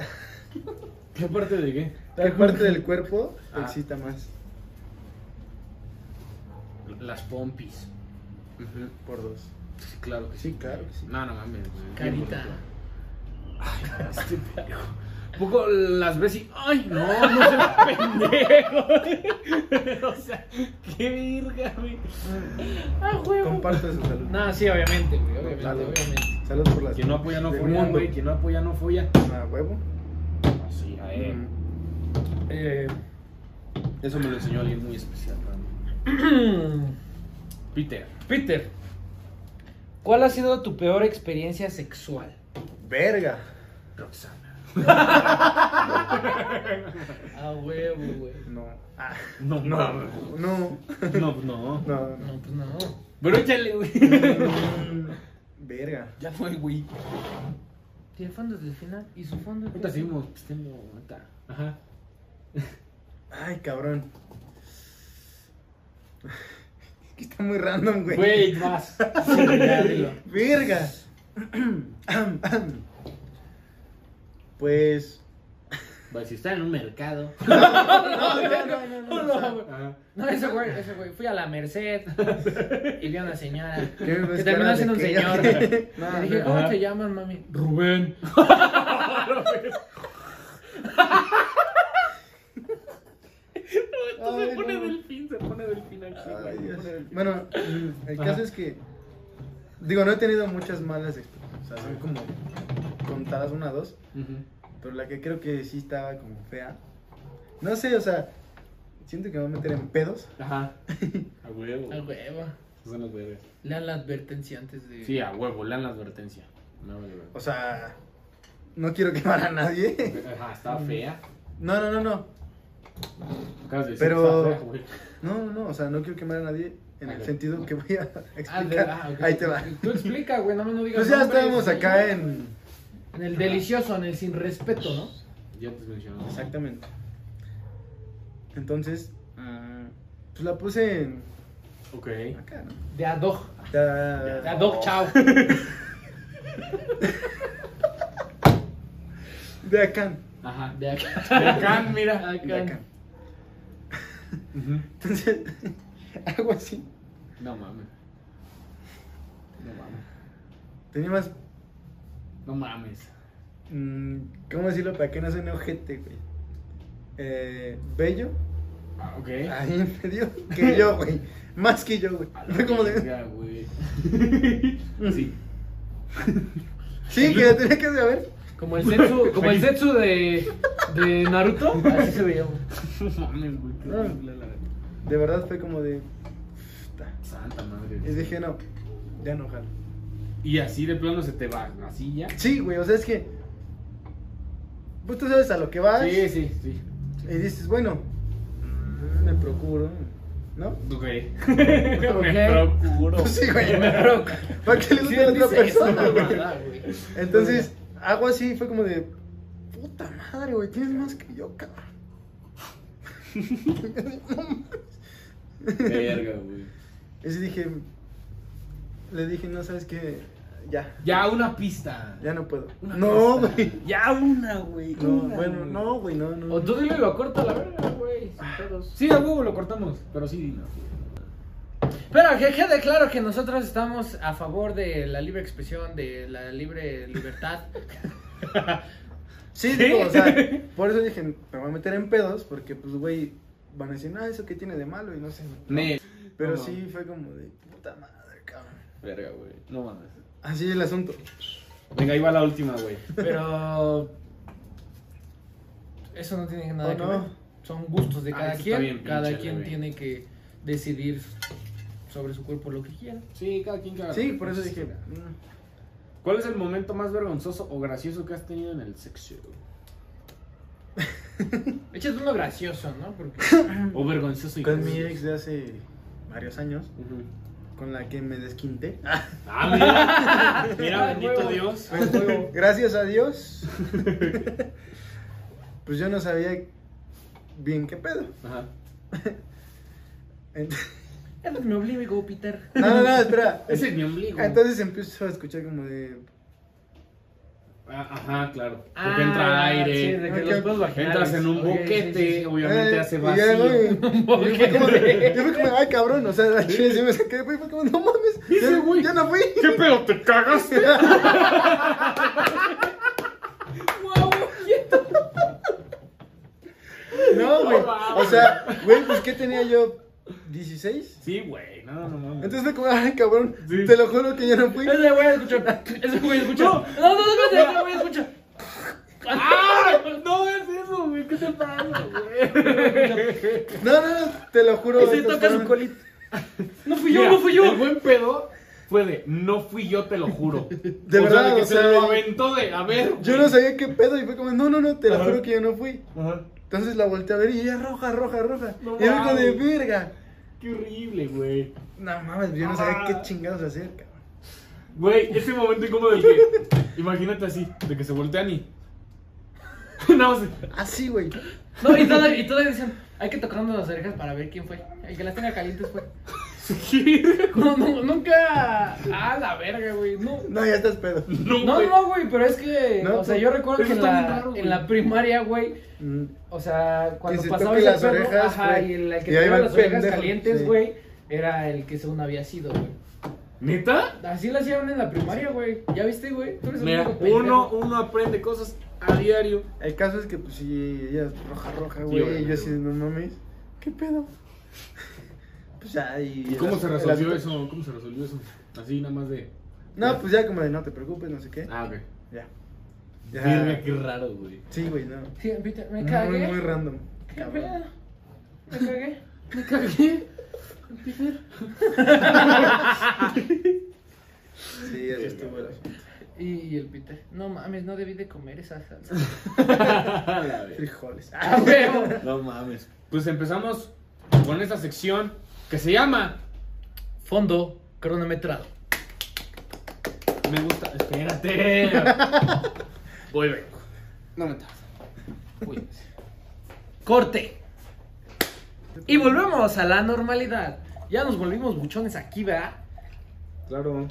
Speaker 2: ¿Qué parte de qué?
Speaker 3: qué parte del cuerpo te
Speaker 2: Ah.
Speaker 3: excita más?
Speaker 2: Las pompis. Ujú,
Speaker 3: Por dos.
Speaker 2: Sí, claro que sí.
Speaker 3: Sí, claro que sí.
Speaker 2: No, no mames, güey.
Speaker 1: Carita.
Speaker 2: Ay, este pendejo. Poco las ves y. ¡Ay, no! ¡No seas pendejo! o sea, qué virga, güey.
Speaker 1: Ah, huevo.
Speaker 3: Comparto su salud.
Speaker 1: No, sí, obviamente, güey. Obviamente,
Speaker 3: Salud.
Speaker 1: obviamente.
Speaker 3: Salud por las.
Speaker 2: Quien no apoya no
Speaker 3: del
Speaker 2: folla,
Speaker 3: mundo.
Speaker 2: güey. Quien no apoya no folla.
Speaker 3: Ah, huevo.
Speaker 2: Así, a él.
Speaker 3: Mm.
Speaker 1: Eh,
Speaker 2: Eso me lo enseñó alguien muy especial para mí.
Speaker 1: Eh,
Speaker 2: Peter.
Speaker 1: Peter, ¿cuál ha sido tu peor experiencia sexual?
Speaker 3: Verga. Roxana.
Speaker 1: Ah, huevo, güey.
Speaker 3: No. Ah,
Speaker 4: No, no,
Speaker 3: no.
Speaker 4: no, no.
Speaker 3: No, no.
Speaker 1: No, pues no.
Speaker 4: Pero échale, güey.
Speaker 3: Mm, Verga.
Speaker 5: Ya fue, güey.
Speaker 1: Tiene fondos del final y su fondo.
Speaker 2: Ahorita seguimos pisteando, ahorita.
Speaker 4: Ajá.
Speaker 3: Ay, cabrón. Es que está muy random, güey.
Speaker 2: Güey, vas.
Speaker 1: Ya, dilo.
Speaker 3: Verga. Am, am. pues.
Speaker 2: Pues si está en un mercado.
Speaker 3: No, no, no, no, no, o sea,
Speaker 2: Ajá.
Speaker 1: No, ese güey, ese güey. Fui a la Merced y vi a una señora.
Speaker 3: ¿qué me ves
Speaker 1: Que terminó
Speaker 3: cara
Speaker 1: siendo un
Speaker 3: de que-
Speaker 1: señor. güey.
Speaker 3: No,
Speaker 1: Le dije,
Speaker 3: no.
Speaker 1: ¿cómo
Speaker 4: Ajá.
Speaker 1: te llaman, mami?
Speaker 4: Rubén.
Speaker 3: Ay,
Speaker 2: Se pone
Speaker 3: no.
Speaker 2: delfín, se pone delfín aquí. güey,
Speaker 3: Ay,
Speaker 2: se
Speaker 3: Dios.
Speaker 2: pone delfín.
Speaker 3: Bueno, mm, el
Speaker 4: Ajá.
Speaker 3: caso es que. Digo, no he tenido muchas malas experiencias. O sea, son como contadas una o dos.
Speaker 2: Ujú.
Speaker 3: Pero la que creo que sí estaba como fea. No sé, o sea. Siento que me voy a meter en pedos.
Speaker 2: Ajá.
Speaker 4: A huevo.
Speaker 1: A Ah, huevo.
Speaker 4: Son los bebés.
Speaker 1: Lean la advertencia antes de.
Speaker 2: Sí, a huevo, lean la advertencia. No, vale,
Speaker 3: O
Speaker 2: vale.
Speaker 3: sea. No quiero quemar a nadie.
Speaker 2: Ajá, está fea.
Speaker 3: No, no, no, no.
Speaker 2: Acabas de decir
Speaker 3: Pero-
Speaker 2: que está fea, güey.
Speaker 3: No, no, no. O sea, no quiero quemar a nadie en el
Speaker 2: Ok.
Speaker 3: sentido que voy a
Speaker 1: Ah, de-
Speaker 3: explicar.
Speaker 1: ah, ok.
Speaker 3: Ahí te va.
Speaker 1: Tú explica, güey, no me no digas.
Speaker 3: Pues ya
Speaker 1: nombres,
Speaker 3: estábamos
Speaker 1: güey.
Speaker 3: acá en.
Speaker 1: En el delicioso, en el sin respeto, ¿no?
Speaker 2: Ya te mencionó.
Speaker 3: Exactamente. Entonces,
Speaker 1: Ah.
Speaker 3: mm, pues la puse en.
Speaker 4: Ok.
Speaker 3: Acá, ¿no?
Speaker 1: De ad hoc. De
Speaker 3: Ya-
Speaker 1: ad hoc, chao.
Speaker 3: De acá.
Speaker 2: Ajá.
Speaker 1: De acá.
Speaker 2: De acá, mira.
Speaker 3: De acá.
Speaker 4: Ujú.
Speaker 3: Entonces, hago así.
Speaker 2: No mames. No mames.
Speaker 3: Tenía más.
Speaker 2: No mames.
Speaker 3: mm, ¿Cómo decirlo para que no suene ojete, güey? Eh, bello.
Speaker 2: Ah, ok.
Speaker 3: Ahí en medio. Que yo, güey. Más que yo, güey.
Speaker 2: A la
Speaker 3: Fue como de.
Speaker 2: verga, güey. Sí.
Speaker 3: Sí, que lo tenía que saber.
Speaker 1: Como el setsu, como el setsu de, de Naruto. Así se veía, güey.
Speaker 2: No mames, güey. qué
Speaker 3: No.
Speaker 2: horrible la verga.
Speaker 3: De verdad fue como de. puta.
Speaker 2: Santa madre.
Speaker 3: Y dije, no, ya no jalo.
Speaker 2: Y así de plano se te va. Así ya.
Speaker 3: Sí, güey, o sea, es que. Pues tú sabes a lo que vas.
Speaker 2: Sí, sí, sí.
Speaker 3: Y dices, bueno, me procuro, ¿no?
Speaker 2: Ok.
Speaker 1: Ok.
Speaker 2: Me procuro.
Speaker 3: Pues sí, güey.
Speaker 1: Me provoca.
Speaker 3: ¿Para qué le gusta a la otra
Speaker 1: dice eso,
Speaker 3: persona, güey?
Speaker 1: mamada, güey?
Speaker 3: Entonces, hago así, fue como de. Puta madre, güey, tienes más que yo, cabrón.
Speaker 2: Verga, güey.
Speaker 3: Y sí dije. Le dije, no sabes qué. Ya,
Speaker 2: Ya una pista.
Speaker 3: ya no puedo.
Speaker 2: Una
Speaker 3: no,
Speaker 2: pista.
Speaker 3: güey.
Speaker 4: Ya una, güey.
Speaker 3: No, bueno, no, güey, no, no.
Speaker 1: O tú dile y lo corto a la verga, güey. Sin pedos.
Speaker 2: Sí, a huevo lo cortamos. Pero sí, no.
Speaker 1: Pero que quede claro que nosotros estamos a favor de la libre expresión, de la libre libertad.
Speaker 3: Sí, digo, o sea, por eso dije, me voy a meter en pedos, porque, pues, güey, van a decir, ah, eso que tiene de malo, y no sé.
Speaker 2: Me.
Speaker 3: Pero
Speaker 2: No.
Speaker 3: sí, fue como de puta madre, cabrón.
Speaker 2: Verga, güey. No mames.
Speaker 3: Así es el asunto.
Speaker 2: Venga, ahí va la última, güey.
Speaker 1: Pero eso no tiene nada
Speaker 3: ¿O
Speaker 1: que
Speaker 3: no?
Speaker 1: ver. Son gustos de
Speaker 2: Ah,
Speaker 1: cada
Speaker 2: eso está
Speaker 1: quien.
Speaker 2: bien, pinche
Speaker 1: cada
Speaker 2: leve.
Speaker 1: quien tiene que decidir sobre su cuerpo lo que quiera.
Speaker 2: Sí, cada quien cada
Speaker 3: Sí,
Speaker 2: quien.
Speaker 3: por eso dije, mm,
Speaker 2: ¿Cuál es el momento más vergonzoso o gracioso que has tenido en el sexo?
Speaker 1: Échate uno gracioso, ¿no? Porque
Speaker 2: O vergonzoso y
Speaker 3: con mi
Speaker 2: gracioso.
Speaker 3: ex de hace varios años,
Speaker 2: Ujú.
Speaker 3: con la que me desquinté.
Speaker 2: Ah, mira. Mira,
Speaker 1: Ay,
Speaker 2: bendito
Speaker 1: huevo.
Speaker 2: Dios.
Speaker 3: Gracias a Dios. pues yo no sabía bien qué pedo.
Speaker 2: Ajá.
Speaker 3: Ent-
Speaker 1: eres mi obligo, Peter.
Speaker 3: No, no, no, espera.
Speaker 2: Ese es mi ombligo.
Speaker 3: Entonces empiezo a escuchar como de.
Speaker 2: Ah, Ajá, claro. Porque
Speaker 1: Ah,
Speaker 2: entra
Speaker 1: sí,
Speaker 2: aire.
Speaker 1: de que
Speaker 3: Ok.
Speaker 1: los pedos vaginales.
Speaker 2: Entras en un
Speaker 1: Ok,
Speaker 2: boquete,
Speaker 1: sí, sí, sí.
Speaker 2: obviamente
Speaker 3: eh,
Speaker 2: hace
Speaker 3: y ya,
Speaker 2: vacío.
Speaker 3: güey, Yo fui como de- yo fui como, ay cabrón, o sea, la chile sí me saqué, güey, fue como, no mames,
Speaker 2: Ese
Speaker 3: ya-
Speaker 2: güey.
Speaker 3: ya no fui.
Speaker 4: ¿Qué pedo? ¿Te cagaste?
Speaker 3: No, güey.
Speaker 2: mames.
Speaker 3: O sea, güey, pues ¿qué tenía yo? ¿16?
Speaker 2: Sí, güey. No, no mames.
Speaker 3: Entonces fue como, ay, cabrón,
Speaker 2: Sí.
Speaker 3: te lo juro que yo no fui.
Speaker 1: Ese güey escucha. Ese güey escucha. No, no, no, espérate, ese güey escucha.
Speaker 2: ¡Ah! No es eso, güey. ¿Qué te pasa, güey?
Speaker 3: No, no, no, te lo juro.
Speaker 1: Y se
Speaker 3: estos
Speaker 1: toca su
Speaker 3: fueron-
Speaker 1: colita. No fui yo,
Speaker 2: Mira,
Speaker 1: no fui yo.
Speaker 2: El buen pedo fue de, no fui yo, te lo juro.
Speaker 3: De
Speaker 2: o
Speaker 3: verdad,
Speaker 2: sea, de que
Speaker 3: o
Speaker 2: se
Speaker 3: sea,
Speaker 2: lo aventó de, a ver.
Speaker 3: Yo no sabía qué pedo y fue como, no, no, no, te lo
Speaker 2: Ajá.
Speaker 3: juro que yo no fui.
Speaker 2: Ajá.
Speaker 3: Entonces la volteé a ver y ella roja, roja, roja.
Speaker 2: No
Speaker 3: y algo de
Speaker 2: mames.
Speaker 3: verga.
Speaker 2: Qué horrible, güey.
Speaker 3: No mames, yo no sabía
Speaker 2: Ah.
Speaker 3: qué chingados hacer, cabrón.
Speaker 2: Güey, ese momento incómodo del que, imagínate así, de que se voltean y... no, sí.
Speaker 3: Así, güey.
Speaker 1: No, y todavía, y todavía dicen, hay que tocarnos las orejas para ver quién fue. El que las tenga calientes fue. No, no, nunca. Ah, la verga, güey. No.
Speaker 3: No, ya estás pedo.
Speaker 2: no,
Speaker 1: No,
Speaker 2: güey.
Speaker 1: no, güey, pero es que,
Speaker 3: No,
Speaker 1: o sea,
Speaker 3: tú-
Speaker 1: yo recuerdo
Speaker 2: eso
Speaker 1: que en
Speaker 2: está
Speaker 1: la,
Speaker 2: bien raro, güey.
Speaker 1: en la primaria, güey,
Speaker 3: Mm.
Speaker 1: o sea, cuando
Speaker 3: se
Speaker 1: pasaba
Speaker 3: toque
Speaker 1: ese
Speaker 3: las
Speaker 1: perro,
Speaker 3: orejas,
Speaker 1: ajá,
Speaker 3: güey.
Speaker 1: y el, el que
Speaker 3: Y ahí
Speaker 1: tenía
Speaker 3: va el
Speaker 1: las orejas
Speaker 3: pendejo,
Speaker 1: calientes,
Speaker 3: sí.
Speaker 1: güey, era el que según había sido, güey.
Speaker 2: ¿Neta?
Speaker 1: Así lo hacían en la primaria, güey. ¿Ya viste, güey? Tú eres el
Speaker 2: Mira,
Speaker 1: único pendejo.
Speaker 2: uno, uno aprende cosas a diario.
Speaker 3: El caso es que, pues sí, ella es roja, roja,
Speaker 2: Sí,
Speaker 3: güey. y
Speaker 2: obviamente,
Speaker 3: yo así, de, no mames, ¿qué pedo? Pues ya, y.
Speaker 2: ¿Y cómo
Speaker 3: el-
Speaker 2: se
Speaker 3: el
Speaker 2: resolvió
Speaker 3: acto-
Speaker 2: eso? ¿Cómo se resolvió eso? Así nada más de...
Speaker 3: No, pues ya, como de no te preocupes, no sé qué.
Speaker 2: Ah, ok.
Speaker 3: Ya.
Speaker 2: Verga,
Speaker 3: Ya.
Speaker 2: qué raro, güey.
Speaker 3: Sí, güey, no.
Speaker 1: Sí, viste, me
Speaker 3: Muy,
Speaker 1: cagué.
Speaker 3: muy random.
Speaker 1: ¿Qué
Speaker 3: cabrón.
Speaker 1: pedo? Me cagué.
Speaker 2: Me cagué.
Speaker 3: Sí, así
Speaker 2: Este
Speaker 3: estuvo el asunto.
Speaker 1: Y el Peter, no mames, no debí de comer esa salsa.
Speaker 2: La verga.
Speaker 3: Frijoles.
Speaker 1: ¡Ah, huevo!
Speaker 4: No mames.
Speaker 2: Pues empezamos con esta sección que se llama
Speaker 1: Fondo cronometrado.
Speaker 2: Me gusta. Espérate. Voy, vengo. No me tardas.
Speaker 1: Uy. Corte. Y volvemos a la normalidad. Ya nos volvimos buchones aquí, ¿verdad?
Speaker 5: Claro.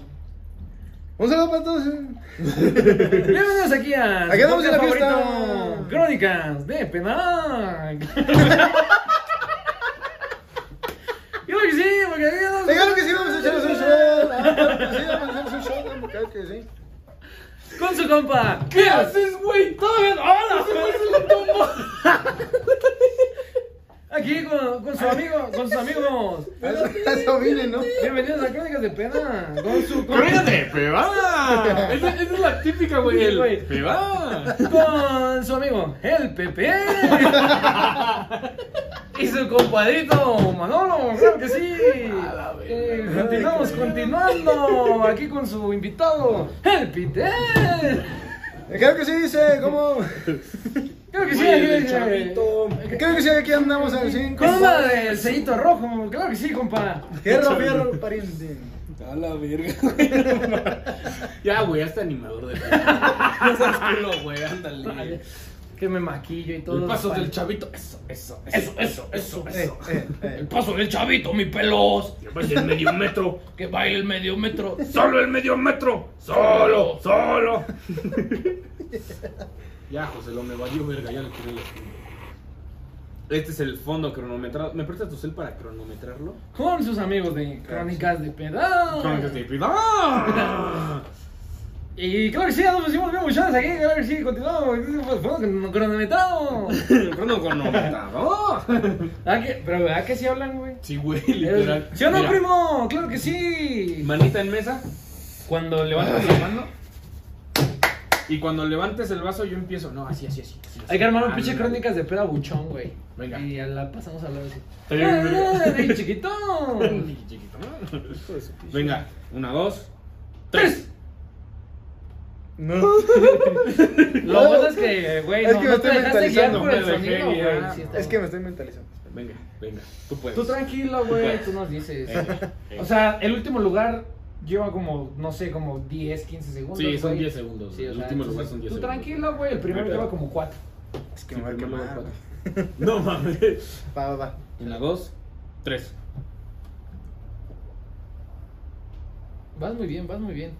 Speaker 3: Un saludo para todos. eh.
Speaker 1: Bienvenidos aquí a.
Speaker 3: Aquí andamos en la fiesta.
Speaker 1: Crónicas de Penang. Claro que sí, porque aquí andamos-
Speaker 3: Claro que sí, vamos a echarnos un shot. Ah, Claro que sí, vamos a echarnos un shot. hombre, Claro que sí.
Speaker 1: con su compa.
Speaker 2: ¿Qué haces, güey? Todavía. ¡ah, ¡Hola!
Speaker 1: Aquí con, con su amigo, con sus amigos.
Speaker 3: A eso- a eso vine, ¿no?
Speaker 1: Bienvenidos a Crónicas de Pena. Con su compa.
Speaker 2: ¡Corrígate! ¡Peba! Esa, esa es la típica, güey.
Speaker 1: Sí, güey.
Speaker 2: El ¡Peba!
Speaker 1: Con su amigo, el Pepe. y su compadrito, Manolo, claro que sí. Eh, continuamos, continuando. Aquí con su invitado, el Peter.
Speaker 3: Eh, Claro que sí, dice, ¿cómo?
Speaker 1: Claro que sí,
Speaker 5: Oye,
Speaker 1: aquí,
Speaker 5: el
Speaker 1: eh,
Speaker 5: chavito.
Speaker 3: Claro que sí, aquí andamos al cinco.
Speaker 1: Con una del sellito rojo, claro que sí, compa.
Speaker 3: Fierro, fierro, pariente.
Speaker 4: A la verga.
Speaker 2: Ya, güey, hasta animador de. No seas culo, güey. Ándale.
Speaker 1: Que me maquillo y todo.
Speaker 2: El paso del chavito. Eso, eso, eso, eso, eso,
Speaker 3: Eh,
Speaker 2: eso.
Speaker 3: eh, eh.
Speaker 2: paso del chavito, mi pelos. Que baile el medio metro. Que baile el medio metro. Solo el medio metro. Solo, solo. ya, José, lo me valió verga. Ya le tiré la espina. Este es el fondo cronometrado. ¿Me prestas tu cel para cronometrarlo?
Speaker 1: Con sus amigos de Crónicas de Pedal.
Speaker 2: Con que te pida.
Speaker 1: Y claro que sí, ya nos pusimos bien muchachos aquí, claro que sí, continuamos. pues, Fueron cronometrado.
Speaker 2: El fondo cronometrado.
Speaker 1: ¿Verdad que- Pero ¿verdad que sí hablan, güey?
Speaker 2: Sí, güey, literal.
Speaker 1: ¿Sí o no,
Speaker 2: Mira,
Speaker 1: primo? Claro que sí.
Speaker 2: Manita en mesa.
Speaker 1: Cuando levantas la mano,
Speaker 2: Y cuando levantes el vaso, yo empiezo. No, así, así, así. así, así.
Speaker 1: hay que armar un pinche
Speaker 2: Ándale.
Speaker 1: crónicas de peda buchón, güey.
Speaker 2: Venga.
Speaker 1: Y a la pasamos a la vez.
Speaker 2: bien, verga.
Speaker 1: ¡Ey, chiquitón!
Speaker 2: Chiquito, ¿no? Venga, una, dos, tres.
Speaker 3: No.
Speaker 1: Lo bueno es que, güey,
Speaker 3: Es
Speaker 1: no,
Speaker 3: que me
Speaker 1: no te
Speaker 3: estoy
Speaker 1: dejaste guiar
Speaker 3: mentalizando,
Speaker 1: por el
Speaker 2: me dejé
Speaker 1: sonido,
Speaker 2: guiar.
Speaker 1: güey. Sí, está
Speaker 3: Es que me estoy mentalizando.
Speaker 2: Venga, venga, tú puedes. Eh,
Speaker 1: Tú tranquilo, güey, tú nos dices. O sea, el último lugar lleva como, no sé, como 10, 15 segundos.
Speaker 2: Sí, son
Speaker 1: güey.
Speaker 2: 10 segundos.
Speaker 1: Sí, o
Speaker 2: el
Speaker 1: sea,
Speaker 2: último lugar
Speaker 1: entonces,
Speaker 2: son 10
Speaker 1: Tú
Speaker 2: segundos.
Speaker 1: tranquilo, güey, el primero
Speaker 2: Ahorita.
Speaker 1: lleva como 4.
Speaker 3: Es que
Speaker 2: Sí,
Speaker 3: me va a
Speaker 2: primer lugar,
Speaker 3: quemar. güey.
Speaker 2: cuatro. No mames.
Speaker 3: Va, va, va.
Speaker 2: Una, dos, tres.
Speaker 1: Vas muy bien, vas muy bien.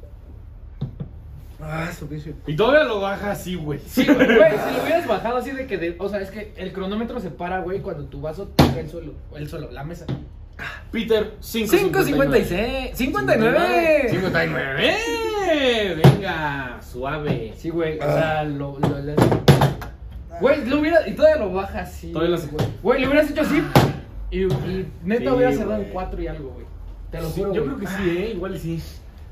Speaker 3: Ah, su vicio.
Speaker 2: Y todavía lo baja así, güey.
Speaker 1: Sí, güey, güey, si lo hubieras bajado así de que, de- o sea, es que el cronómetro se para, güey, cuando tu vaso toca el suelo, o el suelo, la mesa.
Speaker 2: Peter, 5.
Speaker 1: 5.56, 59.
Speaker 2: 59. Venga, suave.
Speaker 1: Sí, güey,
Speaker 2: Ah.
Speaker 1: o sea, lo, lo, lo- Güey, lo hubiera, y todavía lo baja así.
Speaker 2: Todavía lo hace.
Speaker 1: güey. Güey, lo hubieras hecho así, y, y neta
Speaker 2: Sí,
Speaker 1: hubiera cerrado en
Speaker 2: güey.
Speaker 1: 4 y algo, güey. Te lo
Speaker 2: Sí,
Speaker 1: juro,
Speaker 2: yo
Speaker 1: güey.
Speaker 2: creo que sí, ¿eh? Igual y sí.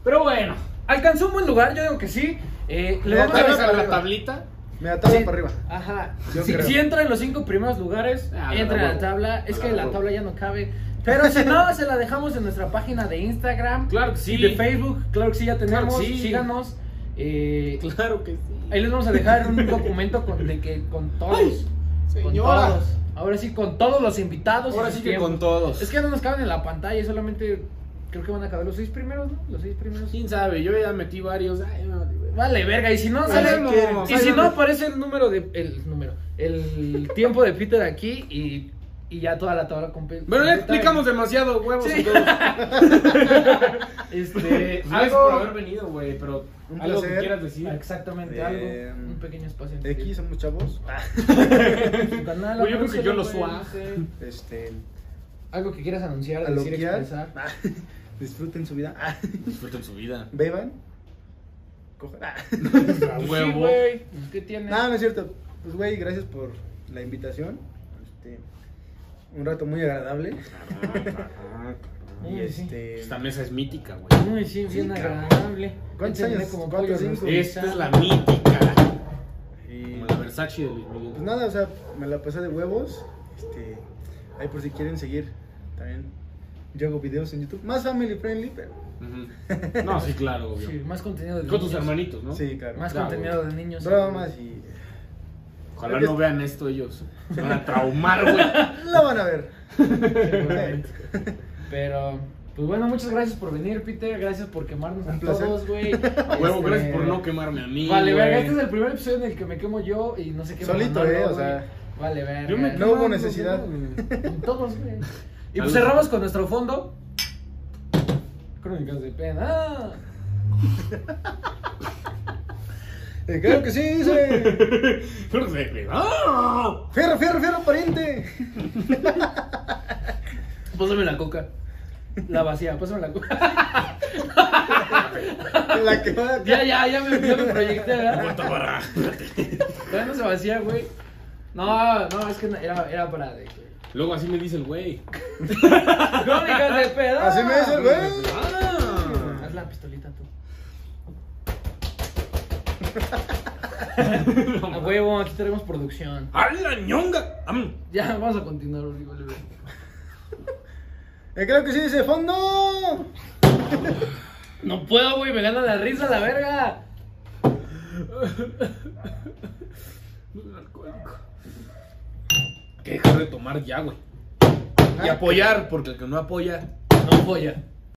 Speaker 2: Pero bueno,
Speaker 1: Alcanzó un buen lugar, yo digo que sí. Eh, le
Speaker 3: Ya
Speaker 1: vamos
Speaker 2: ¿vamos a
Speaker 3: Tabla
Speaker 1: a
Speaker 2: besar
Speaker 3: para
Speaker 2: la
Speaker 3: arriba.
Speaker 2: tablita?
Speaker 3: Me ataba
Speaker 1: Sí.
Speaker 3: para arriba.
Speaker 1: Ajá.
Speaker 3: Yo
Speaker 1: si,
Speaker 3: creo.
Speaker 1: si entra en los cinco primeros lugares,
Speaker 2: Ah, la
Speaker 1: entra en la
Speaker 2: huevo.
Speaker 1: tabla. Es
Speaker 2: La
Speaker 1: que la
Speaker 2: huevo.
Speaker 1: tabla ya no cabe. Pero si no, se la dejamos en nuestra página de Instagram.
Speaker 2: Claro que sí.
Speaker 1: Y de Facebook, claro que sí, ya tenemos.
Speaker 2: Claro que sí.
Speaker 1: Síganos. Eh,
Speaker 2: Claro que sí.
Speaker 1: ahí les vamos a dejar un documento con, de que con todos. con
Speaker 2: señora.
Speaker 1: todos. Ahora sí, con todos los invitados. y
Speaker 2: Ahora
Speaker 1: sus
Speaker 2: sí que
Speaker 1: tiempos.
Speaker 2: con todos.
Speaker 1: Es que no nos caben en la pantalla, solamente creo que van a caber los seis primeros, ¿no? Los seis primeros.
Speaker 2: quién sabe, yo ya metí varios. Ay, no, güey.
Speaker 1: Vale, verga, y si no
Speaker 2: Ahí
Speaker 1: sale-
Speaker 2: vemos,
Speaker 1: y
Speaker 2: ahí
Speaker 1: si no
Speaker 2: vemos.
Speaker 1: aparece el número de el número, el tiempo de Peter aquí y, y ya toda la tabla completa.
Speaker 2: Bueno, ya explicamos demasiado, huevos
Speaker 1: Sí.
Speaker 2: y todo.
Speaker 1: Este,
Speaker 2: Gracias por haber
Speaker 1: algo
Speaker 2: venido, güey, pero
Speaker 3: Un
Speaker 2: algo que
Speaker 3: placer.
Speaker 2: quieras decir.
Speaker 1: exactamente
Speaker 3: Eh,
Speaker 1: algo, un pequeño espacio entre
Speaker 3: X, somos chavos.
Speaker 1: tu canal,
Speaker 2: Güey, yo creo
Speaker 1: aparece
Speaker 2: que yo
Speaker 1: lo
Speaker 2: lo
Speaker 1: puedes
Speaker 2: suaje.
Speaker 1: hacer.
Speaker 3: Este,
Speaker 1: Algo que quieras anunciar,
Speaker 3: a lo
Speaker 1: decir,
Speaker 3: que ya-
Speaker 1: expresar.
Speaker 3: Ah, disfruten su vida. Ah,
Speaker 2: Disfruten su vida.
Speaker 3: Beban. Cojan. Ah.
Speaker 1: Pues sí,
Speaker 2: Huevo.
Speaker 1: güey, ¿Qué tienes?
Speaker 3: No, no es cierto. Pues, güey, gracias por la invitación. Este, un rato muy agradable. Y
Speaker 1: Uy, sí.
Speaker 3: este.
Speaker 2: Esta mesa es mítica, güey.
Speaker 1: Muy sí, bien
Speaker 3: cabrón.
Speaker 1: agradable.
Speaker 3: ¿Cuántos
Speaker 1: Ya terminé
Speaker 3: años?
Speaker 1: como
Speaker 3: ¿Cuatro,
Speaker 1: pollo
Speaker 3: cinco?
Speaker 1: rostizado.
Speaker 2: Esta es la mítica.
Speaker 3: y-
Speaker 2: Como la Versace de Luis Miguel.
Speaker 3: Pues nada, o sea, me la pasé de huevos. Este, ahí por si quieren seguir. También yo hago videos en YouTube. Más family friendly, pero.
Speaker 2: Ujú. No, sí, claro, obvio.
Speaker 1: Sí, más contenido de
Speaker 2: Con tus
Speaker 1: niños.
Speaker 2: hermanitos, ¿no?
Speaker 3: Sí, claro.
Speaker 1: Más
Speaker 2: Bravo.
Speaker 1: contenido de niños.
Speaker 3: bromas y. eh,
Speaker 2: Ojalá no vean esto ellos. Se van a traumar, güey.
Speaker 3: La van a ver. Eh,
Speaker 1: Seguramente. Pero, pues bueno, muchas gracias por venir, Peter. Gracias por quemarnos
Speaker 3: Un
Speaker 1: a
Speaker 3: placer.
Speaker 1: todos, güey.
Speaker 2: A Huevo,
Speaker 1: Este,
Speaker 2: gracias por no quemarme a mí.
Speaker 1: Vale,
Speaker 2: güey.
Speaker 1: verga, este es el primer episodio en el que me quemo yo y no sé qué.
Speaker 3: Solito, eh, o sea.
Speaker 1: Vale, verga.
Speaker 2: Yo me
Speaker 3: No
Speaker 2: quemo,
Speaker 3: hubo necesidad.
Speaker 2: güey.
Speaker 1: Con Todos, güey. Y
Speaker 2: Salud.
Speaker 1: pues cerramos con nuestro fondo. Ah. Crónicas de pena.
Speaker 3: Eh, claro que sí, dice.
Speaker 2: Creo que se- ¡Ah!
Speaker 3: Fierro, fierro, fierro, pariente.
Speaker 1: Pásame la coca. La vacía, pásame la coca.
Speaker 3: La que va.
Speaker 1: ya, ya, ya me, ya me proyecté, ¿verdad?
Speaker 2: Puerta barra.
Speaker 1: Todavía no se vacía, güey. No, no, es que era, era para de que.
Speaker 2: Luego así me dice el güey.
Speaker 1: Crónicas de peda.
Speaker 3: Así me dice el güey.
Speaker 2: Ah.
Speaker 1: Haz la pistolita tú. A huevo, aquí tenemos producción.
Speaker 2: ¡Ah! ¡A la ñonga! ¡Am!
Speaker 1: Ya, vamos a continuar, Uri, vale, vale.
Speaker 3: Eh, claro que sí, dice fondo.
Speaker 1: No puedo, güey, me gana la risa, la verga.
Speaker 2: Que dejar de tomar ya, güey. Y apoyar, porque el que no apoya.
Speaker 1: No, polla.